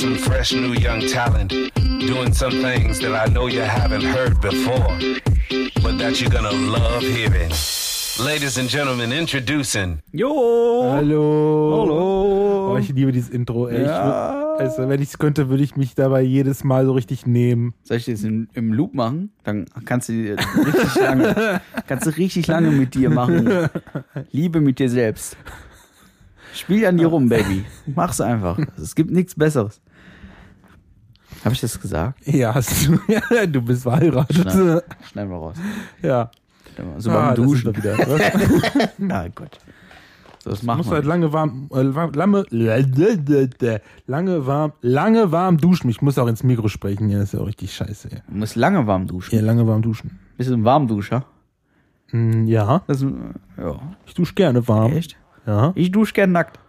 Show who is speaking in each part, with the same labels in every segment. Speaker 1: professional young talent doing some things that I know you haven't heard before, but that you're gonna love hearing. Ladies and gentlemen, introducing
Speaker 2: Jo!
Speaker 3: Hallo.
Speaker 2: Hallo.
Speaker 3: Oh, ich liebe dieses Intro, ey. Ich
Speaker 2: Ja.
Speaker 3: würd, also, wenn ich es könnte, würde ich mich dabei jedes Mal so richtig nehmen.
Speaker 2: Soll ich das im, im Loop machen? Dann kannst du dir richtig lange, kannst du richtig lange mit dir machen. Liebe mit dir selbst. Spiel an dir rum, Baby. Mach's einfach. Es gibt nichts Besseres. Habe ich das gesagt?
Speaker 3: Ja, hast du, ja, du bist verheiratet.
Speaker 2: Schneid- Schneiden wir raus.
Speaker 3: Ja.
Speaker 2: So beim
Speaker 3: Ah, das
Speaker 2: Duschen.
Speaker 3: ist er wieder.
Speaker 2: Na Gott. So, das
Speaker 3: Muss
Speaker 2: machen wir.
Speaker 3: halt lange warm, äh, warm lange, lange warm, lange warm duschen. Ich muss auch ins Mikro sprechen. Ja, ist ja auch richtig scheiße. Ja,
Speaker 2: Du musst lange warm duschen.
Speaker 3: ja lange warm duschen.
Speaker 2: Bist du ein Warmduscher?
Speaker 3: Hm, ja,
Speaker 2: Das, ja.
Speaker 3: ich dusche gerne warm.
Speaker 2: Echt?
Speaker 3: Ja.
Speaker 2: Ich dusche gern nackt.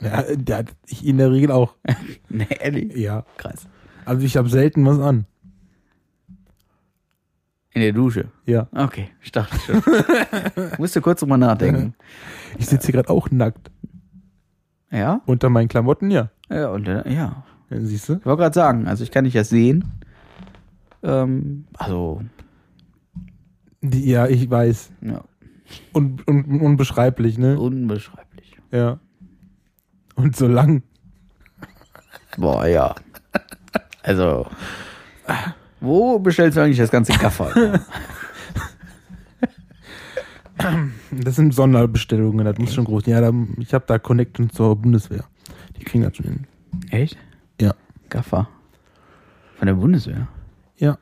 Speaker 3: ja, ja, ich in der Regel auch.
Speaker 2: Nee, ehrlich?
Speaker 3: Ja,
Speaker 2: Krass.
Speaker 3: also ich habe selten was an.
Speaker 2: In der Dusche.
Speaker 3: Ja,
Speaker 2: Okay, ich dachte schon. Musste kurz drüber nachdenken.
Speaker 3: ich sitze hier gerade auch nackt
Speaker 2: Ja?
Speaker 3: unter meinen Klamotten. Ja,
Speaker 2: Ja, und dann, ja.
Speaker 3: ja siehst du.
Speaker 2: Ich wollte gerade sagen, also ich kann nicht das sehen. Ähm, also,
Speaker 3: Die, ja, ich weiß.
Speaker 2: ja,
Speaker 3: Und, und unbeschreiblich, ne?
Speaker 2: unbeschreiblich.
Speaker 3: Ja. Und so lang.
Speaker 2: Boah, ja. Also, wo bestellst du eigentlich das ganze Gaffer?
Speaker 3: Das sind Sonderbestellungen, das muss schon groß. Ja, da, ich habe da Connection zur Bundeswehr. Die kriegen das schon hin.
Speaker 2: Echt?
Speaker 3: Ja.
Speaker 2: Gaffer. Von der Bundeswehr.
Speaker 3: Ja.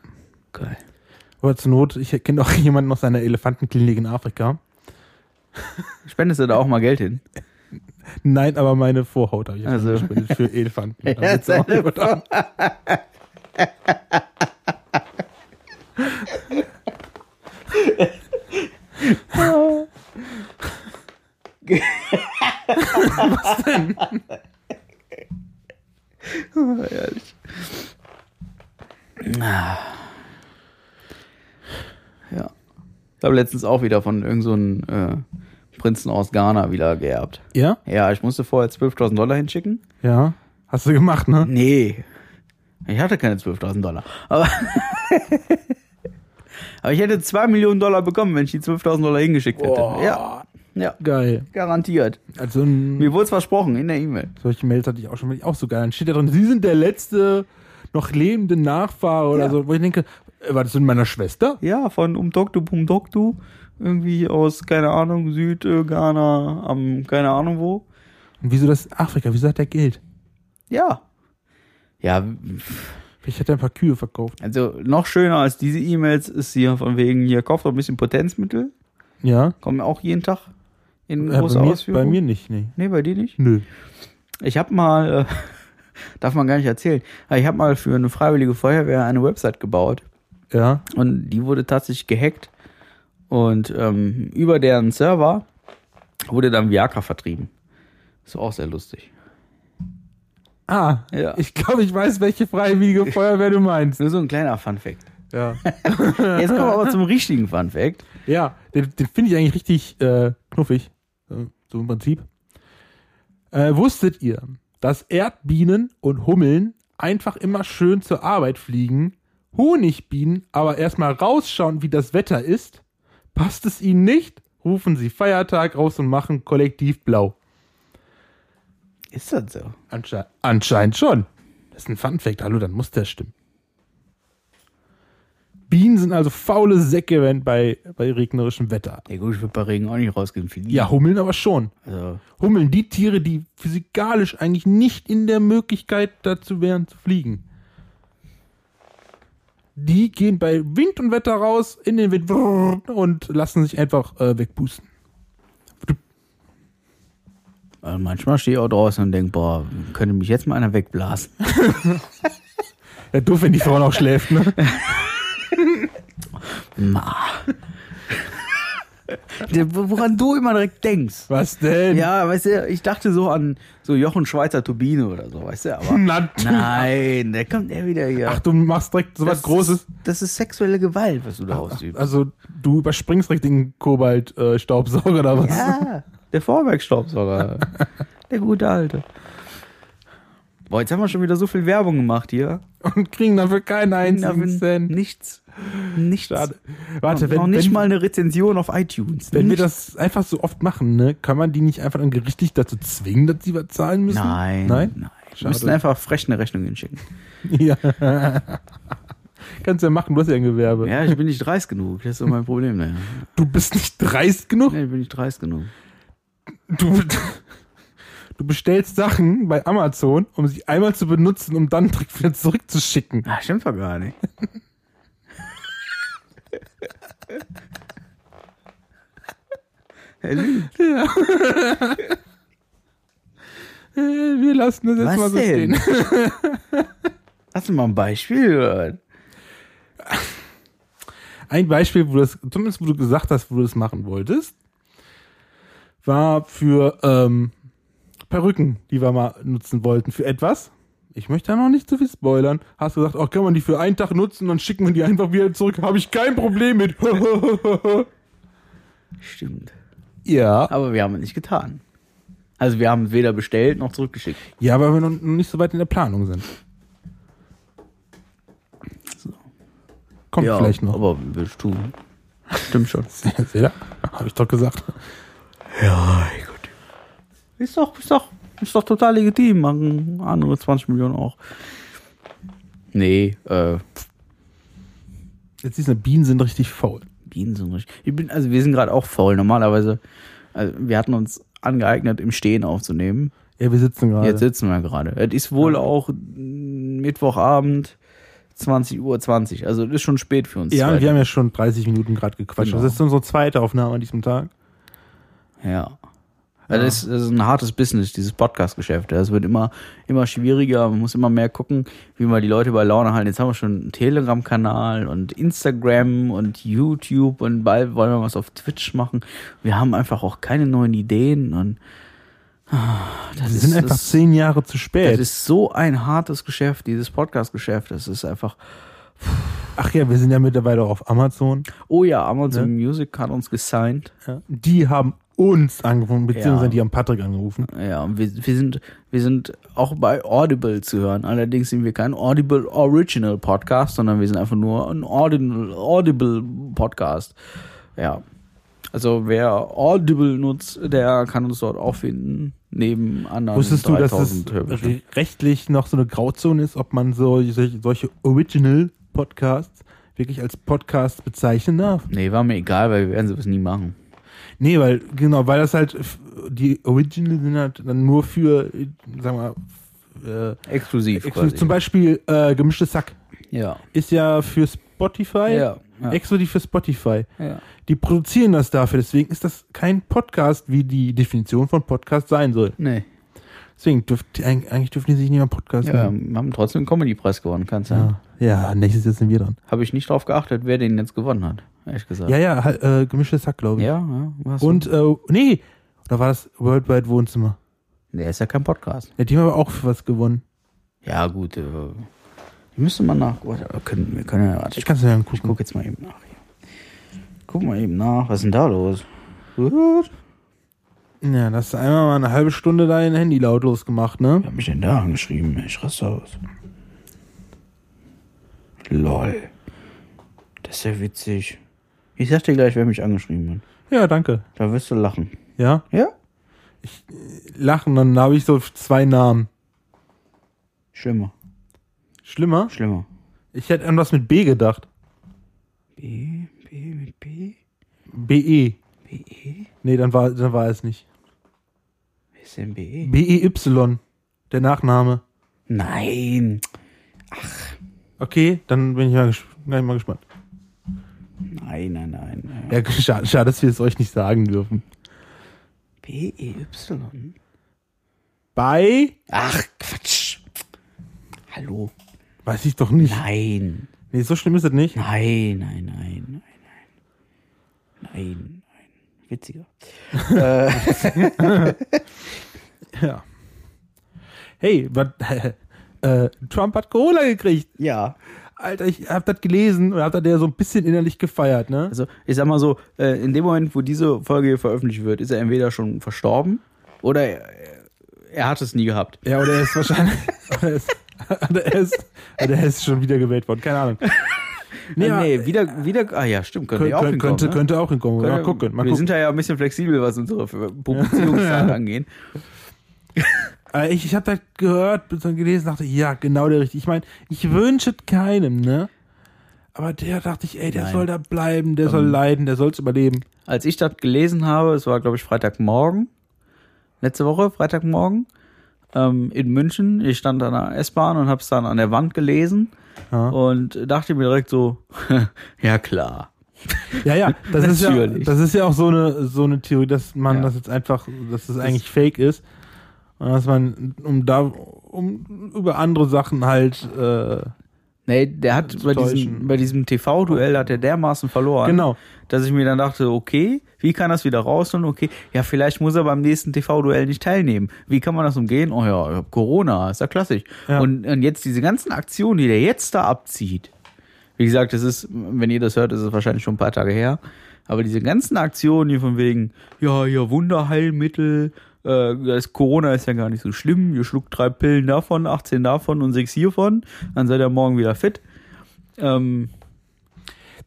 Speaker 2: Geil.
Speaker 3: Aber zur Not, ich kenne auch jemanden aus einer Elefantenklinik in Afrika.
Speaker 2: Spendest du da auch mal Geld hin?
Speaker 3: Nein, aber meine Vorhaut habe ich
Speaker 2: Also.
Speaker 3: also. für Elefanten. Da
Speaker 2: Ja,
Speaker 3: wird's auch
Speaker 2: seine
Speaker 3: nicht verdammt.
Speaker 2: Ja. Ich habe letztens auch wieder von irgendeinem so einem, äh, Prinzen aus Ghana wieder geerbt.
Speaker 3: ja?
Speaker 2: Ja, ich musste vorher 12.000 Dollar hinschicken.
Speaker 3: Ja. Hast du gemacht, ne?
Speaker 2: Nee. Ich hatte keine 12.000 Dollar. Aber, aber ich hätte 2 Millionen Dollar bekommen, wenn ich die 12.000 Dollar hingeschickt hätte. Ja. Ja.
Speaker 3: Geil.
Speaker 2: Garantiert.
Speaker 3: Also ein
Speaker 2: Mir wurde es versprochen in der E-Mail.
Speaker 3: Solche Mails hatte ich auch schon, finde ich auch so geil. Dann steht da drin, Sie sind der letzte noch lebende Nachfahre oder
Speaker 2: Ja.
Speaker 3: so, wo ich denke, äh, war das mit meiner Schwester?
Speaker 2: Ja, von Umdoktu Pumdoktu. Irgendwie aus, keine Ahnung, Süd, äh, Ghana, am, keine Ahnung wo.
Speaker 3: Und wieso das Afrika? Wieso hat der Geld?
Speaker 2: Ja. Ja,
Speaker 3: Vielleicht hat er ein paar Kühe verkauft.
Speaker 2: also noch schöner als diese E-Mails ist hier von wegen, hier kauft doch ein bisschen Potenzmittel.
Speaker 3: Ja.
Speaker 2: Kommen auch jeden Tag in
Speaker 3: Äh,
Speaker 2: große
Speaker 3: bei, mir,
Speaker 2: Ausführung.
Speaker 3: bei mir nicht, nee.
Speaker 2: Nee, bei dir nicht?
Speaker 3: Nö.
Speaker 2: Ich habe mal, äh, darf man gar nicht erzählen, aber ich habe mal für eine freiwillige Feuerwehr eine Website gebaut
Speaker 3: Ja.
Speaker 2: und die wurde tatsächlich gehackt und ähm, über deren Server wurde dann Viagra vertrieben. Ist auch sehr lustig.
Speaker 3: Ah,
Speaker 2: Ja.
Speaker 3: ich glaube, ich weiß, welche freiwillige Feuerwehr du meinst.
Speaker 2: Nur so ein kleiner Funfact.
Speaker 3: Ja.
Speaker 2: Jetzt kommen wir aber zum richtigen Funfact.
Speaker 3: Ja, den, den finde ich eigentlich richtig äh, knuffig. So so im Prinzip. Äh, wusstet ihr, dass Erdbienen und Hummeln einfach immer schön zur Arbeit fliegen, Honigbienen aber erstmal rausschauen, wie das Wetter ist? Passt es ihnen nicht? Rufen sie Feiertag raus und machen kollektiv blau.
Speaker 2: Ist das so?
Speaker 3: Ansche anscheinend schon. Das ist ein Funfact. Hallo, dann muss der stimmen. Bienen sind also faule Säcke, wenn bei, bei regnerischem Wetter.
Speaker 2: Ja gut, ich würde bei Regen auch nicht rausgehen. Für die.
Speaker 3: Ja, Hummeln aber schon.
Speaker 2: Also,
Speaker 3: Hummeln, die Tiere, die physikalisch eigentlich nicht in der Möglichkeit dazu wären zu fliegen. Die gehen bei Wind und Wetter raus, in den Wind brrr, und lassen sich einfach äh, wegpusten.
Speaker 2: also manchmal stehe ich auch draußen und denke, boah, könnte mich jetzt mal einer wegblasen.
Speaker 3: Ja, doof, wenn die Frau noch schläft, ne?
Speaker 2: Ma. Der- Woran du immer direkt denkst.
Speaker 3: Was denn?
Speaker 2: Ja, weißt du, ich dachte so an so Jochen Schweizer Turbine oder so, weißt du, aber.
Speaker 3: Natürlich.
Speaker 2: Nein, da kommt er wieder hier.
Speaker 3: Ach, du machst direkt so was Großes.
Speaker 2: Ist, das ist sexuelle Gewalt, was du da ausübst.
Speaker 3: Also, du überspringst direkt den Kobalt-Staubsauger oder was?
Speaker 2: Ja, der Vorwerkstaubsauger. der gute Alte. Boah, jetzt haben wir schon wieder so viel Werbung gemacht hier.
Speaker 3: Und kriegen dafür keinen einzigen Cent.
Speaker 2: Nichts. Nichts.
Speaker 3: Schade. Warte,
Speaker 2: noch
Speaker 3: wenn,
Speaker 2: nicht
Speaker 3: wenn,
Speaker 2: mal eine Rezension auf iTunes.
Speaker 3: wenn wir
Speaker 2: Nichts.
Speaker 3: das einfach so oft machen, ne, kann man die nicht einfach dann gerichtlich dazu zwingen, dass sie was zahlen müssen?
Speaker 2: Nein.
Speaker 3: Nein?
Speaker 2: Nein. Wir
Speaker 3: Schade.
Speaker 2: müssen einfach frech eine Rechnung hinschicken.
Speaker 3: Ja. Kannst ja machen, du hast ja ein Gewerbe.
Speaker 2: Ja, ich bin nicht dreist genug. Das ist so mein Problem. Ne?
Speaker 3: Du bist nicht dreist genug.
Speaker 2: Nee, ich bin nicht dreist genug.
Speaker 3: Du, du bestellst Sachen bei Amazon, um sie einmal zu benutzen, um dann direkt wieder zurückzuschicken.
Speaker 2: Ah, stimmt doch gar nicht. Herr Lüth,
Speaker 3: Äh, wir lassen das jetzt mal
Speaker 2: was
Speaker 3: so
Speaker 2: denn?
Speaker 3: stehen.
Speaker 2: Hast du mal ein Beispiel gehört?
Speaker 3: Ein Beispiel, wo du das, zumindest wo du gesagt hast, wo du das machen wolltest, war für ähm, Perücken, die wir mal nutzen wollten, für etwas. Ich möchte da noch nicht zu viel spoilern. Hast du gesagt, oh, kann man die für einen Tag nutzen, dann schicken wir die einfach wieder zurück. Habe ich kein Problem mit.
Speaker 2: Stimmt.
Speaker 3: ja.
Speaker 2: Aber wir haben es nicht getan. Also wir haben weder bestellt noch zurückgeschickt.
Speaker 3: Ja, weil wir noch noch nicht so weit in der Planung sind. Kommt vielleicht noch.
Speaker 2: Aber willst du? Stimmt schon.
Speaker 3: Seht ihr? Habe ich doch gesagt.
Speaker 2: Ja, gut. Ist doch, ist doch, ist doch total legitim. Machen andere 20 Millionen auch. Nee, äh,
Speaker 3: Jetzt siehst du, Bienen sind richtig faul.
Speaker 2: Bienen sind richtig. Ich bin, also wir sind gerade auch faul. Normalerweise, also wir hatten uns angeeignet, im Stehen aufzunehmen.
Speaker 3: Ja, wir sitzen gerade.
Speaker 2: Jetzt sitzen wir gerade. Es ist wohl auch mm, Mittwochabend, 20.20 Uhr. Also es ist schon spät für uns.
Speaker 3: ja, und
Speaker 2: Zweite.
Speaker 3: wir haben ja schon 30 Minuten gerade gequatscht.
Speaker 2: Genau.
Speaker 3: Das ist unsere zweite Aufnahme an diesem Tag.
Speaker 2: Ja. Also Das, ist, das ist ein hartes Business, dieses Podcast-Geschäft. Das wird immer, immer schwieriger. Man muss immer mehr gucken, wie man die Leute bei Laune halten. Jetzt haben wir schon einen Telegram-Kanal und Instagram und YouTube und bald wollen wir was auf Twitch machen. Wir haben einfach auch keine neuen Ideen und ah, das
Speaker 3: Wir sind
Speaker 2: ist,
Speaker 3: einfach
Speaker 2: das,
Speaker 3: zehn Jahre zu
Speaker 2: das
Speaker 3: spät.
Speaker 2: ist so ein hartes Geschäft, dieses Podcast-Geschäft. Das ist einfach,
Speaker 3: Ach ja, wir sind ja mittlerweile auch auf Amazon.
Speaker 2: oh ja, Amazon Music hat uns gesigned.
Speaker 3: Die haben uns angerufen, beziehungsweise
Speaker 2: Ja.
Speaker 3: die haben Patrick angerufen.
Speaker 2: Ja, und wir, wir, sind, wir sind auch bei Audible zu hören. Allerdings sind wir kein Audible Original Podcast, sondern wir sind einfach nur ein Ordinal, Audible Podcast. Ja. Also wer Audible nutzt, der kann uns dort auch finden. Neben anderen
Speaker 3: Wusstest du, dass es
Speaker 2: 3000 Hörbüchern.
Speaker 3: re- rechtlich noch so eine Grauzone ist, ob man so, solche solche Original-Podcasts wirklich als Podcast bezeichnen darf?
Speaker 2: Nee, war mir egal, weil wir werden sowas nie machen.
Speaker 3: Nee, weil, genau, weil das halt, f- die Original sind halt dann nur für, äh, sagen wir mal, f-
Speaker 2: Exklusiv,
Speaker 3: äh,
Speaker 2: quasi.
Speaker 3: zum Beispiel äh, gemischtes Sack
Speaker 2: ja.
Speaker 3: ist ja für Spotify,
Speaker 2: Ja, ja.
Speaker 3: exklusiv für Spotify.
Speaker 2: ja.
Speaker 3: Die produzieren das dafür, deswegen ist das kein Podcast, wie die Definition von Podcast sein soll.
Speaker 2: Nee.
Speaker 3: Deswegen dürft, eig- eigentlich dürfen die sich nicht mehr Podcast
Speaker 2: Ja,
Speaker 3: nennen.
Speaker 2: wir haben trotzdem einen Comedy-Preis gewonnen, kann sein.
Speaker 3: Ja. ja, nächstes Jahr sind wir dran.
Speaker 2: Habe ich nicht drauf geachtet, wer den jetzt gewonnen hat, ehrlich gesagt.
Speaker 3: Ja, ja, halt, äh, gemischtes Sack, glaube ich.
Speaker 2: ja, ja war's so.
Speaker 3: Und, äh, nee, da war das Worldwide Wohnzimmer.
Speaker 2: Der ist ja kein Podcast.
Speaker 3: Ja, die haben aber auch für was gewonnen.
Speaker 2: Ja, gut. Äh, ich müsste mal nach. Warte, wir können, wir können ja. Warte,
Speaker 3: Ich
Speaker 2: ich
Speaker 3: kann es mir angucken.
Speaker 2: guck jetzt mal eben nach. Hier. Guck mal eben nach. Was ist denn da los? What?
Speaker 3: Ja, das ist einmal mal eine halbe Stunde dein Handy lautlos gemacht, ne?
Speaker 2: Wer hat mich denn da angeschrieben? Ich raste aus. Lol. Das ist ja witzig. Ich sag dir gleich, wer mich angeschrieben hat.
Speaker 3: Ja, danke.
Speaker 2: Da wirst du lachen.
Speaker 3: Ja,
Speaker 2: Ja?
Speaker 3: lachen, dann habe ich so zwei Namen.
Speaker 2: Schlimmer.
Speaker 3: Schlimmer?
Speaker 2: Schlimmer.
Speaker 3: Ich hätte an was mit B gedacht.
Speaker 2: B, B mit B?
Speaker 3: BE.
Speaker 4: E?
Speaker 2: BE?
Speaker 3: E. Nee, dann war, dann war es nicht.
Speaker 2: Wer ist denn BE?
Speaker 3: BEY, der Nachname.
Speaker 2: Nein.
Speaker 3: Okay, dann bin ich mal, ges bin ich mal gespannt.
Speaker 2: Nein, nein, nein.
Speaker 3: Ja, schade, schade, dass wir es euch nicht sagen dürfen.
Speaker 2: E, BEY?
Speaker 3: Bei?
Speaker 2: Ach, Quatsch. Hallo.
Speaker 3: Weiß ich doch nicht.
Speaker 2: Nein.
Speaker 3: Nee, so schlimm ist es nicht.
Speaker 2: Nein, nein, nein, nein, nein. Nein, nein. Witziger. äh,
Speaker 3: Ja. Hey, was? Äh, Trump hat Corona gekriegt.
Speaker 2: ja.
Speaker 3: Alter, ich hab das gelesen und hab das ja so ein bisschen innerlich gefeiert, ne?
Speaker 2: Also, ich sag mal so, äh, in dem Moment, wo diese Folge hier veröffentlicht wird, ist er entweder schon verstorben oder er, er hat es nie gehabt.
Speaker 3: Ja, oder er ist wahrscheinlich. er ist, aber er ist, aber er ist schon wieder gewählt worden, keine Ahnung.
Speaker 4: Nee,
Speaker 3: aber-
Speaker 4: Äh,
Speaker 2: äh,
Speaker 4: nee, wieder, wieder, ah ja, stimmt, könnte
Speaker 3: Könnte,
Speaker 4: ja auch
Speaker 3: könnte,
Speaker 4: hinkommen,
Speaker 3: könnte,
Speaker 4: ne?
Speaker 3: auch hinkommen.
Speaker 4: Können
Speaker 3: Mal
Speaker 4: wir-
Speaker 3: gucken. Mal
Speaker 4: wir
Speaker 3: gucken.
Speaker 4: sind da ja ein bisschen flexibel, was unsere Publizierungszahlen angeht.
Speaker 3: Äh, ich ich habe das gehört, bzw. gelesen, dachte, ja, genau der richtige. Ich meine, ich wünsche es keinem, ne? Aber der dachte ich, ey, der
Speaker 4: Nein. Ähm.
Speaker 3: soll da bleiben, der soll leiden, der soll's überleben.
Speaker 4: Als ich das gelesen habe, es war, glaube ich, Freitagmorgen, letzte Woche, Freitagmorgen, ähm, in München. Ich stand an der S-Bahn und habe es dann an der Wand gelesen
Speaker 3: Ja.
Speaker 4: und dachte mir direkt so, ja klar.
Speaker 3: Ja, ja, das ist ja,
Speaker 4: Natürlich.
Speaker 3: das ist ja auch so eine, so eine Theorie, dass man
Speaker 4: Ja.
Speaker 3: das jetzt einfach, dass das eigentlich fake ist. Und dass man, um da, um über andere Sachen halt, äh,
Speaker 4: Nee, der hat bei diesem,
Speaker 3: täuschen.
Speaker 4: bei diesem TV-Duell hat er dermaßen verloren,
Speaker 3: genau.
Speaker 4: dass ich mir dann dachte, okay, wie kann das wieder raus und okay, ja, vielleicht muss er beim nächsten TV-Duell nicht teilnehmen. Wie kann man das umgehen? Oh ja, ich hab Corona, ist ja klassisch.
Speaker 3: Ja.
Speaker 4: Und, und jetzt diese ganzen Aktionen, die der jetzt da abzieht. Wie gesagt, das ist, wenn ihr das hört, ist es wahrscheinlich schon ein paar Tage her. Aber diese ganzen Aktionen hier von wegen, ja, ja, Wunderheilmittel, äh, das Corona ist ja gar nicht so schlimm, ihr schluckt drei Pillen davon, 18 davon und sechs hiervon, dann seid ihr morgen wieder fit. Ähm,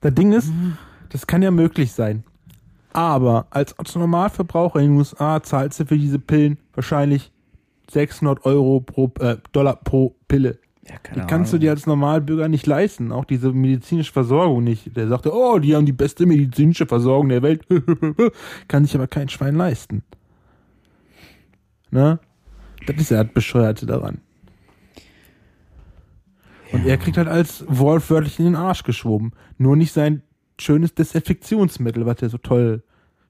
Speaker 3: Das Ding ist, das kann ja möglich sein. Aber als Normalverbraucher in den USA zahlst du für diese Pillen wahrscheinlich 600 Euro pro äh, Dollar pro Pille.
Speaker 4: ja, also-
Speaker 3: Die kannst du dir als Normalbürger nicht leisten. Auch diese medizinische Versorgung nicht. Der sagte, oh, die haben die beste medizinische Versorgung der Welt. Kann sich aber kein Schwein leisten. Ne? Das ist ja das Bescheuerte daran. Und er kriegt halt als Wolf wörtlich in den Arsch geschoben. Nur nicht sein schönes Desinfektionsmittel, was ja so toll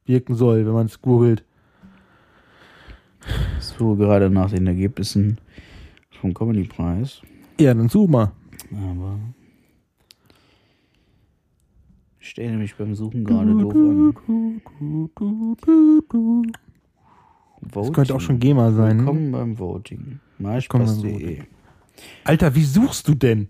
Speaker 3: wirken soll, wenn man es googelt.
Speaker 4: So, gerade nach den Ergebnissen vom Comedy-Preis.
Speaker 3: Ja, dann such mal.
Speaker 4: Aber. Ich stehe nämlich beim Suchen gerade doof an. Voting.
Speaker 3: Das könnte auch schon GEMA sein. ne?
Speaker 4: Willkommen beim Voting.
Speaker 3: Willkommen beim
Speaker 4: MySpaß.de.
Speaker 3: Alter, wie suchst du denn?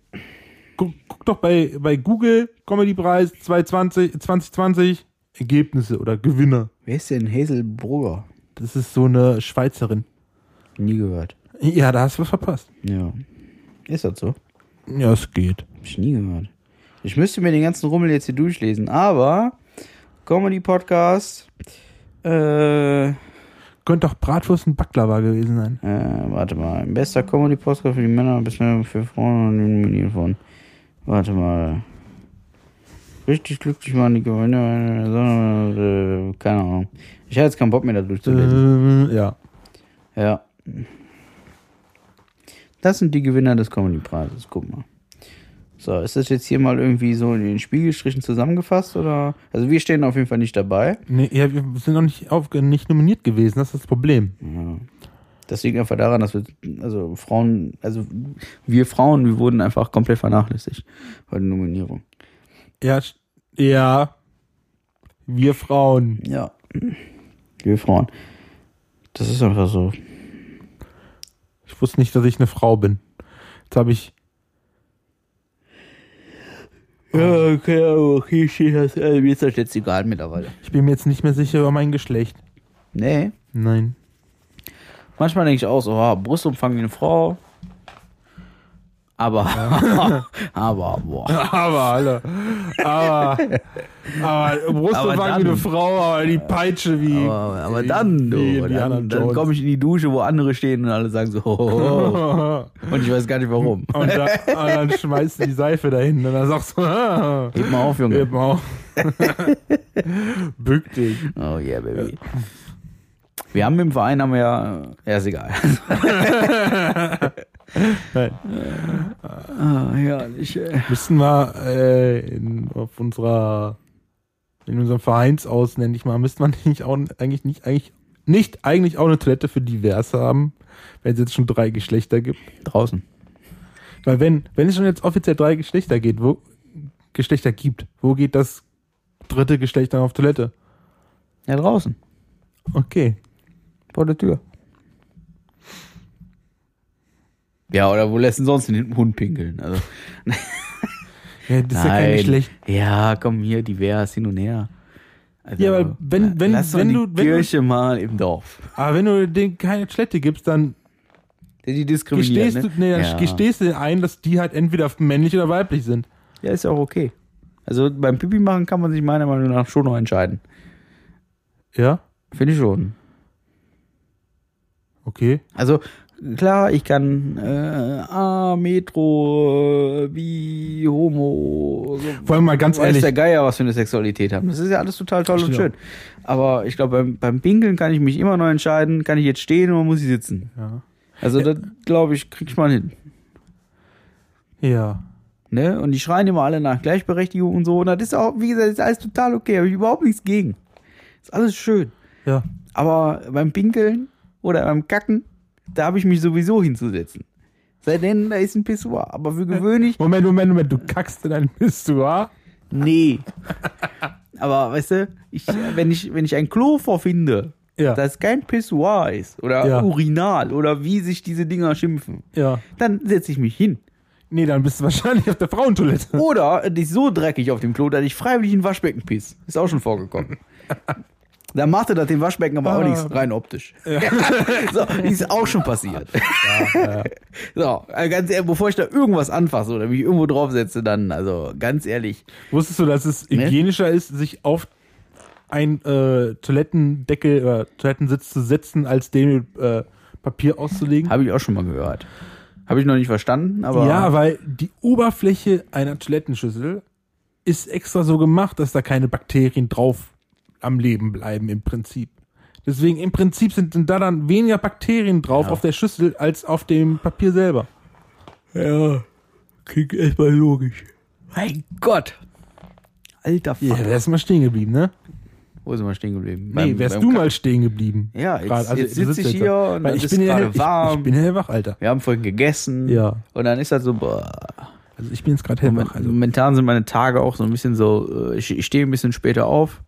Speaker 3: Guck, guck doch bei, bei Google Comedy-Preis 2020, 2020 Ergebnisse oder Gewinner.
Speaker 4: Wer ist denn Hazel Brugger?
Speaker 3: Das ist so eine Schweizerin.
Speaker 4: Nie gehört.
Speaker 3: Ja, da hast du was verpasst.
Speaker 4: Ja. Ist das so?
Speaker 3: Ja, es geht.
Speaker 4: Hab ich nie gehört. Ich müsste mir den ganzen Rummel jetzt hier durchlesen, aber Comedy Podcast. Äh, äh,
Speaker 3: Könnte doch Bratwurst und Baklava gewesen sein.
Speaker 4: Äh, warte mal. Bester Comedy Podcast für die Männer, bis Männer für Frauen und den Menü von. Warte mal. Richtig glücklich waren die Gewinner, sondern, äh, keine Ahnung. Ich hatte jetzt keinen Bock mehr da durchzulesen.
Speaker 3: Äh, ja.
Speaker 4: Ja. Das sind die Gewinner des Comedy-Preises, guck mal. So, ist das jetzt hier mal irgendwie so in den Spiegelstrichen zusammengefasst oder? Also wir stehen auf jeden Fall nicht dabei.
Speaker 3: Nee, ja, wir sind noch nicht, auf, nicht nominiert gewesen, das ist das Problem.
Speaker 4: Das liegt einfach daran, dass wir, also Frauen, also wir Frauen, wir wurden einfach komplett vernachlässigt bei der Nominierung.
Speaker 3: Ja, sch- ja. Wir Frauen.
Speaker 4: Ja. Wir Frauen. Das ist einfach so.
Speaker 3: Ich wusste nicht, dass ich eine Frau bin. Jetzt habe ich
Speaker 4: Ja, okay, aber hier steht das, also mir ist das jetzt egal mittlerweile.
Speaker 3: Ich bin mir jetzt nicht mehr sicher über mein Geschlecht.
Speaker 4: Nee.
Speaker 3: Nein.
Speaker 4: Manchmal denke ich auch so, ah, Brustumfang wie eine Frau. Aber, aber, boah.
Speaker 3: Aber, alle. Aber, aber
Speaker 4: Aber
Speaker 3: Brust war
Speaker 4: dann.
Speaker 3: wie eine Frau, aber die Peitsche wie.
Speaker 4: Aber, aber dann,
Speaker 3: wie
Speaker 4: du,
Speaker 3: Indiana
Speaker 4: dann, dann
Speaker 3: Jones.
Speaker 4: komme ich in die Dusche, wo andere stehen und alle sagen so, ho, ho, ho. und ich weiß gar nicht warum.
Speaker 3: Und, da, und dann schmeißt du die Seife dahin und dann sagst du, ah,
Speaker 4: Gib mal auf, Junge.
Speaker 3: eben auch. Bück dich.
Speaker 4: Oh yeah, baby. Wir haben im Verein, haben wir ja, ja, ist egal.
Speaker 3: Nein.
Speaker 4: Ah, herrlich, ey.
Speaker 3: Müssen wir äh, in, auf unserer, in unserem Vereinshaus, nenne ich mal, müsste man nicht auch, eigentlich nicht, eigentlich, nicht eigentlich auch eine Toilette für divers haben, wenn es jetzt schon drei Geschlechter gibt.
Speaker 4: Draußen.
Speaker 3: Weil wenn, wenn es schon jetzt offiziell drei Geschlechter geht, wo Geschlechter gibt, wo geht das dritte Geschlecht dann auf Toilette?
Speaker 4: Ja, draußen.
Speaker 3: Okay.
Speaker 4: Vor der Tür. Ja, oder wo lässt denn sonst den Hund pinkeln? Also.
Speaker 3: Ja, das ist ja kein Geschlecht.
Speaker 4: Ja, komm hier, divers, hin und her. Also,
Speaker 3: Ja, aber wenn- wenn-
Speaker 4: lass doch
Speaker 3: wenn
Speaker 4: die
Speaker 3: du- wenn du-
Speaker 4: Kirche mal im Dorf.
Speaker 3: Aber wenn du denen keine Toilette gibst, dann
Speaker 4: Der die diskriminiert.
Speaker 3: Gestehst,
Speaker 4: Ne?
Speaker 3: du, nee, dann
Speaker 4: ja.
Speaker 3: gestehst du denen ein, dass die halt entweder männlich oder weiblich sind.
Speaker 4: ja, ist ja auch okay. Also beim Pipi machen kann man sich meiner Meinung nach schon noch entscheiden.
Speaker 3: Ja,
Speaker 4: Finde ich schon.
Speaker 3: okay.
Speaker 4: Also klar, ich kann äh, A, Metro, äh, Bi, Homo.
Speaker 3: Vor allem mal ganz
Speaker 4: weiß
Speaker 3: ehrlich.
Speaker 4: der Geier, was für eine Sexualität haben. Das ist ja alles total toll und schön.
Speaker 3: Stimmt.
Speaker 4: Aber ich glaube, beim, beim Pinkeln kann ich mich immer noch entscheiden, kann ich jetzt stehen oder muss ich sitzen.
Speaker 3: Ja.
Speaker 4: Also das, glaube ich, krieg ich mal hin.
Speaker 3: ja.
Speaker 4: Ne? Und die schreien immer alle nach Gleichberechtigung und so. Und das ist auch, wie gesagt, ist alles total okay. Habe ich überhaupt nichts gegen. Ist alles schön.
Speaker 3: Ja.
Speaker 4: Aber beim Pinkeln oder beim Kacken, da habe ich mich sowieso hinzusetzen. Sei denn, da ist ein Pissoir. Aber für gewöhnlich,
Speaker 3: Moment, Moment, Moment, du kackst in ein Pissoir.
Speaker 4: nee. Aber weißt du, ich, wenn, ich, wenn ich ein Klo vorfinde,
Speaker 3: Ja.
Speaker 4: das kein Pissoir ist oder
Speaker 3: Ja.
Speaker 4: Urinal oder wie sich diese Dinger schimpfen,
Speaker 3: Ja.
Speaker 4: dann setze ich mich hin.
Speaker 3: Nee, dann bist du wahrscheinlich auf der Frauentoilette.
Speaker 4: Oder es ist so dreckig auf dem Klo, dass ich freiwillig in ein Waschbecken piss. Ist auch schon vorgekommen. Dann machte das dem Waschbecken aber auch
Speaker 3: Ah.
Speaker 4: nichts, rein optisch. so, ist auch schon passiert. So, äh, ganz ehrlich, bevor ich da irgendwas anfasse oder mich irgendwo draufsetze, dann, also ganz ehrlich,
Speaker 3: Wusstest du, dass es
Speaker 4: Ne?
Speaker 3: hygienischer ist, sich auf einen äh, Toilettendeckel oder Toilettensitz zu setzen, als den mit äh, Papier auszulegen?
Speaker 4: habe ich auch schon mal gehört. Habe ich noch nicht verstanden, aber
Speaker 3: ja, weil die Oberfläche einer Toilettenschüssel ist extra so gemacht, dass da keine Bakterien drauf am Leben bleiben im Prinzip. Deswegen im Prinzip sind denn da dann weniger Bakterien drauf auf der Schüssel als auf dem Papier selber.
Speaker 4: Ja, klingt erstmal logisch. Mein Gott. Alter
Speaker 3: Ja,
Speaker 4: Vater.
Speaker 3: wärst du mal stehen geblieben, ne?
Speaker 4: Wo sind wir stehen geblieben?
Speaker 3: Nee, wärst du mal stehen geblieben.
Speaker 4: Ja, jetzt-
Speaker 3: Gerade,
Speaker 4: jetzt
Speaker 3: du
Speaker 4: sitz
Speaker 3: sitzt
Speaker 4: ich hier
Speaker 3: da.
Speaker 4: und
Speaker 3: Weil
Speaker 4: dann
Speaker 3: ich
Speaker 4: ist
Speaker 3: bin ja
Speaker 4: gerade
Speaker 3: hell- Ich,
Speaker 4: warm.
Speaker 3: ich bin ja hellwach, Alter.
Speaker 4: Wir haben vorhin gegessen.
Speaker 3: Ja.
Speaker 4: Und dann ist das so, boah.
Speaker 3: Also ich bin jetzt gerade hellwach. Also.
Speaker 4: Momentan sind meine Tage auch so ein bisschen so, äh, ich, ich stehe ein bisschen später auf,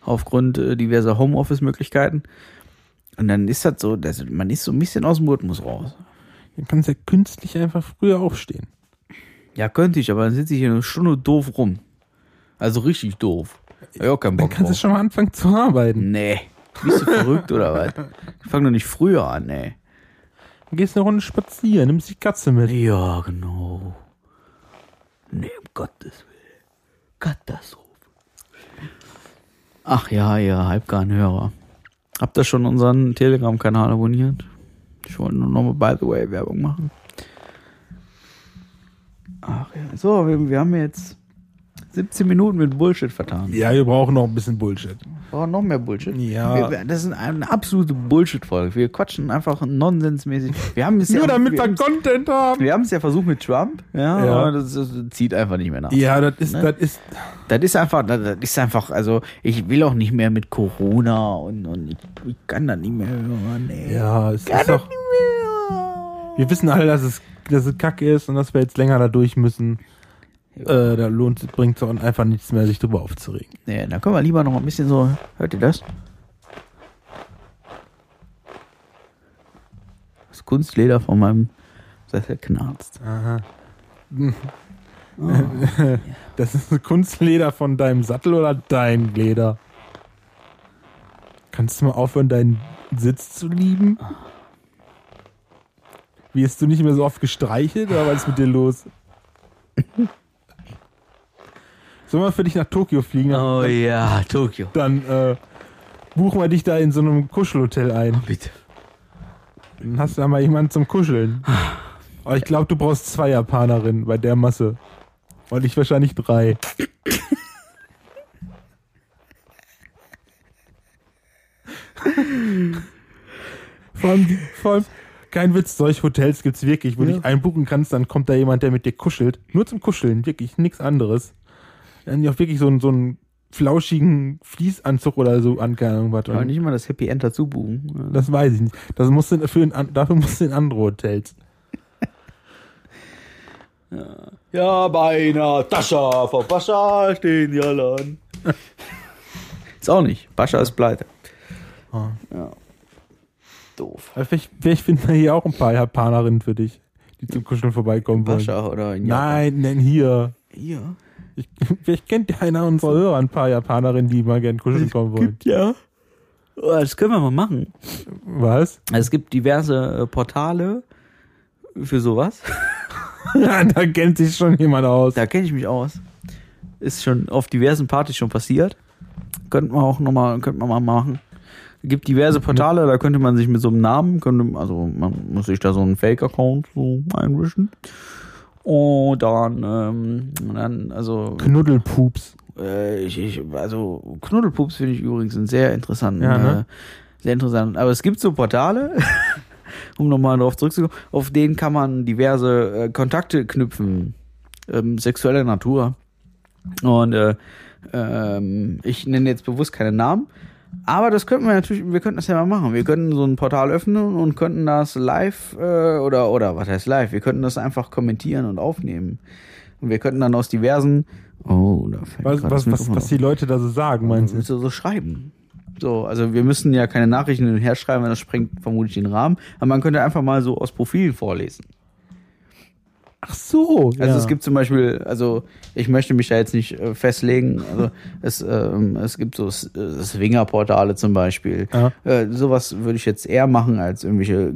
Speaker 4: aufgrund äh, diverser Homeoffice-Möglichkeiten. Und dann ist das so, dass man ist so ein bisschen aus dem Rhythmus raus.
Speaker 3: Du kannst ja künstlich einfach früher aufstehen.
Speaker 4: Ja, könnte ich, aber dann sitze ich hier eine Stunde doof rum. Also richtig doof. Ja, kein
Speaker 3: Dann
Speaker 4: Bock
Speaker 3: kannst du
Speaker 4: drauf. Mhm.
Speaker 3: schon mal anfangen zu arbeiten.
Speaker 4: Nee. Bist du verrückt oder was? Ich fang doch nicht früher an, ey.
Speaker 3: Dann gehst du eine Runde spazieren, nimmst die Katze mit.
Speaker 4: Ja, genau. Nee, um Gottes Willen. Katastrophe. Ach ja, ihr Halbgarnhörer. Habt ihr schon unseren Telegram-Kanal abonniert? Ich wollte nur nochmal, by the way, Werbung machen. Ach ja. So, wir, wir haben jetzt 17 Minuten mit Bullshit vertan.
Speaker 3: Ja, wir brauchen noch ein bisschen Bullshit.
Speaker 4: Oh, noch mehr Bullshit.
Speaker 3: Ja.
Speaker 4: Wir, wir- das ist eine absolute Bullshit-Folge. Wir quatschen einfach nonsensmäßig. Wir haben es
Speaker 3: Nur
Speaker 4: ja,
Speaker 3: damit
Speaker 4: wir,
Speaker 3: wir Content haben.
Speaker 4: wir haben es ja versucht mit Trump, ja,
Speaker 3: Ja.
Speaker 4: aber das, das zieht einfach nicht mehr nach.
Speaker 3: Ja, das
Speaker 4: Ne?
Speaker 3: ist, das ist,
Speaker 4: Das ist einfach, das, das ist einfach, also ich will auch nicht mehr mit Corona und, und ich, ich kann das nicht mehr hören. Ey.
Speaker 3: ja, es
Speaker 4: Kann
Speaker 3: ist
Speaker 4: das
Speaker 3: doch,
Speaker 4: nicht mehr.
Speaker 3: wir wissen alle, dass es, dass es kacke ist und dass wir jetzt länger da durch müssen. Äh, da lohnt, bringt es auch einfach nichts mehr, sich drüber aufzuregen.
Speaker 4: Nee, da können wir lieber noch ein bisschen so. Hört ihr das? Das Kunstleder von meinem Sessel knarzt.
Speaker 3: Das ist Kunstleder von deinem Sattel oder dein Leder? Kannst du mal aufhören, deinen Sitz zu lieben? Wirst du nicht mehr so oft gestreichelt oder was ist mit dir los? Sollen wir für dich nach Tokio fliegen?
Speaker 4: Oh ja, Tokio.
Speaker 3: Dann äh, buchen wir dich da in so einem Kuschelhotel ein.
Speaker 4: Bitte.
Speaker 3: Dann hast du da mal jemanden zum Kuscheln. Aber ich glaube, du brauchst zwei Japanerinnen bei der Masse. Und ich wahrscheinlich drei. vor, allem, vor allem, kein Witz, solche Hotels gibt's wirklich, wo du dich einbuchen kannst, dann kommt da jemand, der mit dir kuschelt. Nur zum Kuscheln, wirklich, nichts anderes. Dann haben die auch wirklich so, einen- so einen flauschigen Fließanzug oder so an, keine Ahnung, was.
Speaker 4: Aber nicht mal das Happy End dazu buchen.
Speaker 3: Das weiß ich nicht. Das musst du für ein, dafür musst du in andere Hotels.
Speaker 4: Ja, bei Natascha vor Pascha stehen die alle an. ist auch nicht. Pascha ist pleite.
Speaker 3: Ah.
Speaker 4: Ja. Doof.
Speaker 3: Aber vielleicht, vielleicht finden wir hier auch ein paar Japanerinnen für dich, die zum Kuscheln vorbeikommen wollen.
Speaker 4: Pascha oder in Japan.
Speaker 3: Nein, nein, hier.
Speaker 4: Hier.
Speaker 3: Ich, vielleicht kennt ja einer unserer Hörer ein paar Japanerinnen, die mal gern kuscheln kommen wollen.
Speaker 4: Ja. Oh, das können wir mal machen.
Speaker 3: Was?
Speaker 4: Also es gibt diverse äh, Portale, für sowas.
Speaker 3: da kennt sich schon jemand aus.
Speaker 4: Da kenne ich mich aus. Ist schon auf diversen Partys schon passiert. Könnten wir auch nochmal, könnten wir mal machen. Gibt diverse Portale, da könnte man sich mit so einem Namen, könnte, also man muss sich da so einen Fake-Account so einrichten. Und dann, ähm, dann, also,
Speaker 3: Knuddelpups.
Speaker 4: äh, ich, ich, also Knuddelpups finde ich übrigens einen sehr interessanten,
Speaker 3: Ja, ne?
Speaker 4: äh, sehr interessant. Aber es gibt so Portale, um nochmal darauf zurückzukommen, auf denen kann man diverse äh, Kontakte knüpfen, ähm, sexueller Natur. Und äh, ähm, ich nenne jetzt bewusst keine Namen. Aber das könnten wir natürlich, wir könnten das ja mal machen. Wir könnten so ein Portal öffnen und könnten das live äh, oder oder was heißt live? Wir könnten das einfach kommentieren und aufnehmen. Und wir könnten dann aus diversen Oh, da fällt
Speaker 3: Was,
Speaker 4: grad
Speaker 3: was,
Speaker 4: das
Speaker 3: was,
Speaker 4: Mikrofon
Speaker 3: was die Leute da so sagen, meinst du?
Speaker 4: Willst du so schreiben? So, also wir müssen ja keine Nachrichten hin und her schreiben, weil das sprengt vermutlich den Rahmen. Aber man könnte einfach mal so aus Profilen vorlesen.
Speaker 3: Ach so.
Speaker 4: Also
Speaker 3: ja.
Speaker 4: es gibt zum Beispiel, also ich möchte mich da jetzt nicht äh, festlegen, also es, ähm, es gibt so S- äh, Swinger-Portale zum Beispiel.
Speaker 3: Ja.
Speaker 4: Äh, sowas würde ich jetzt eher machen als irgendwelche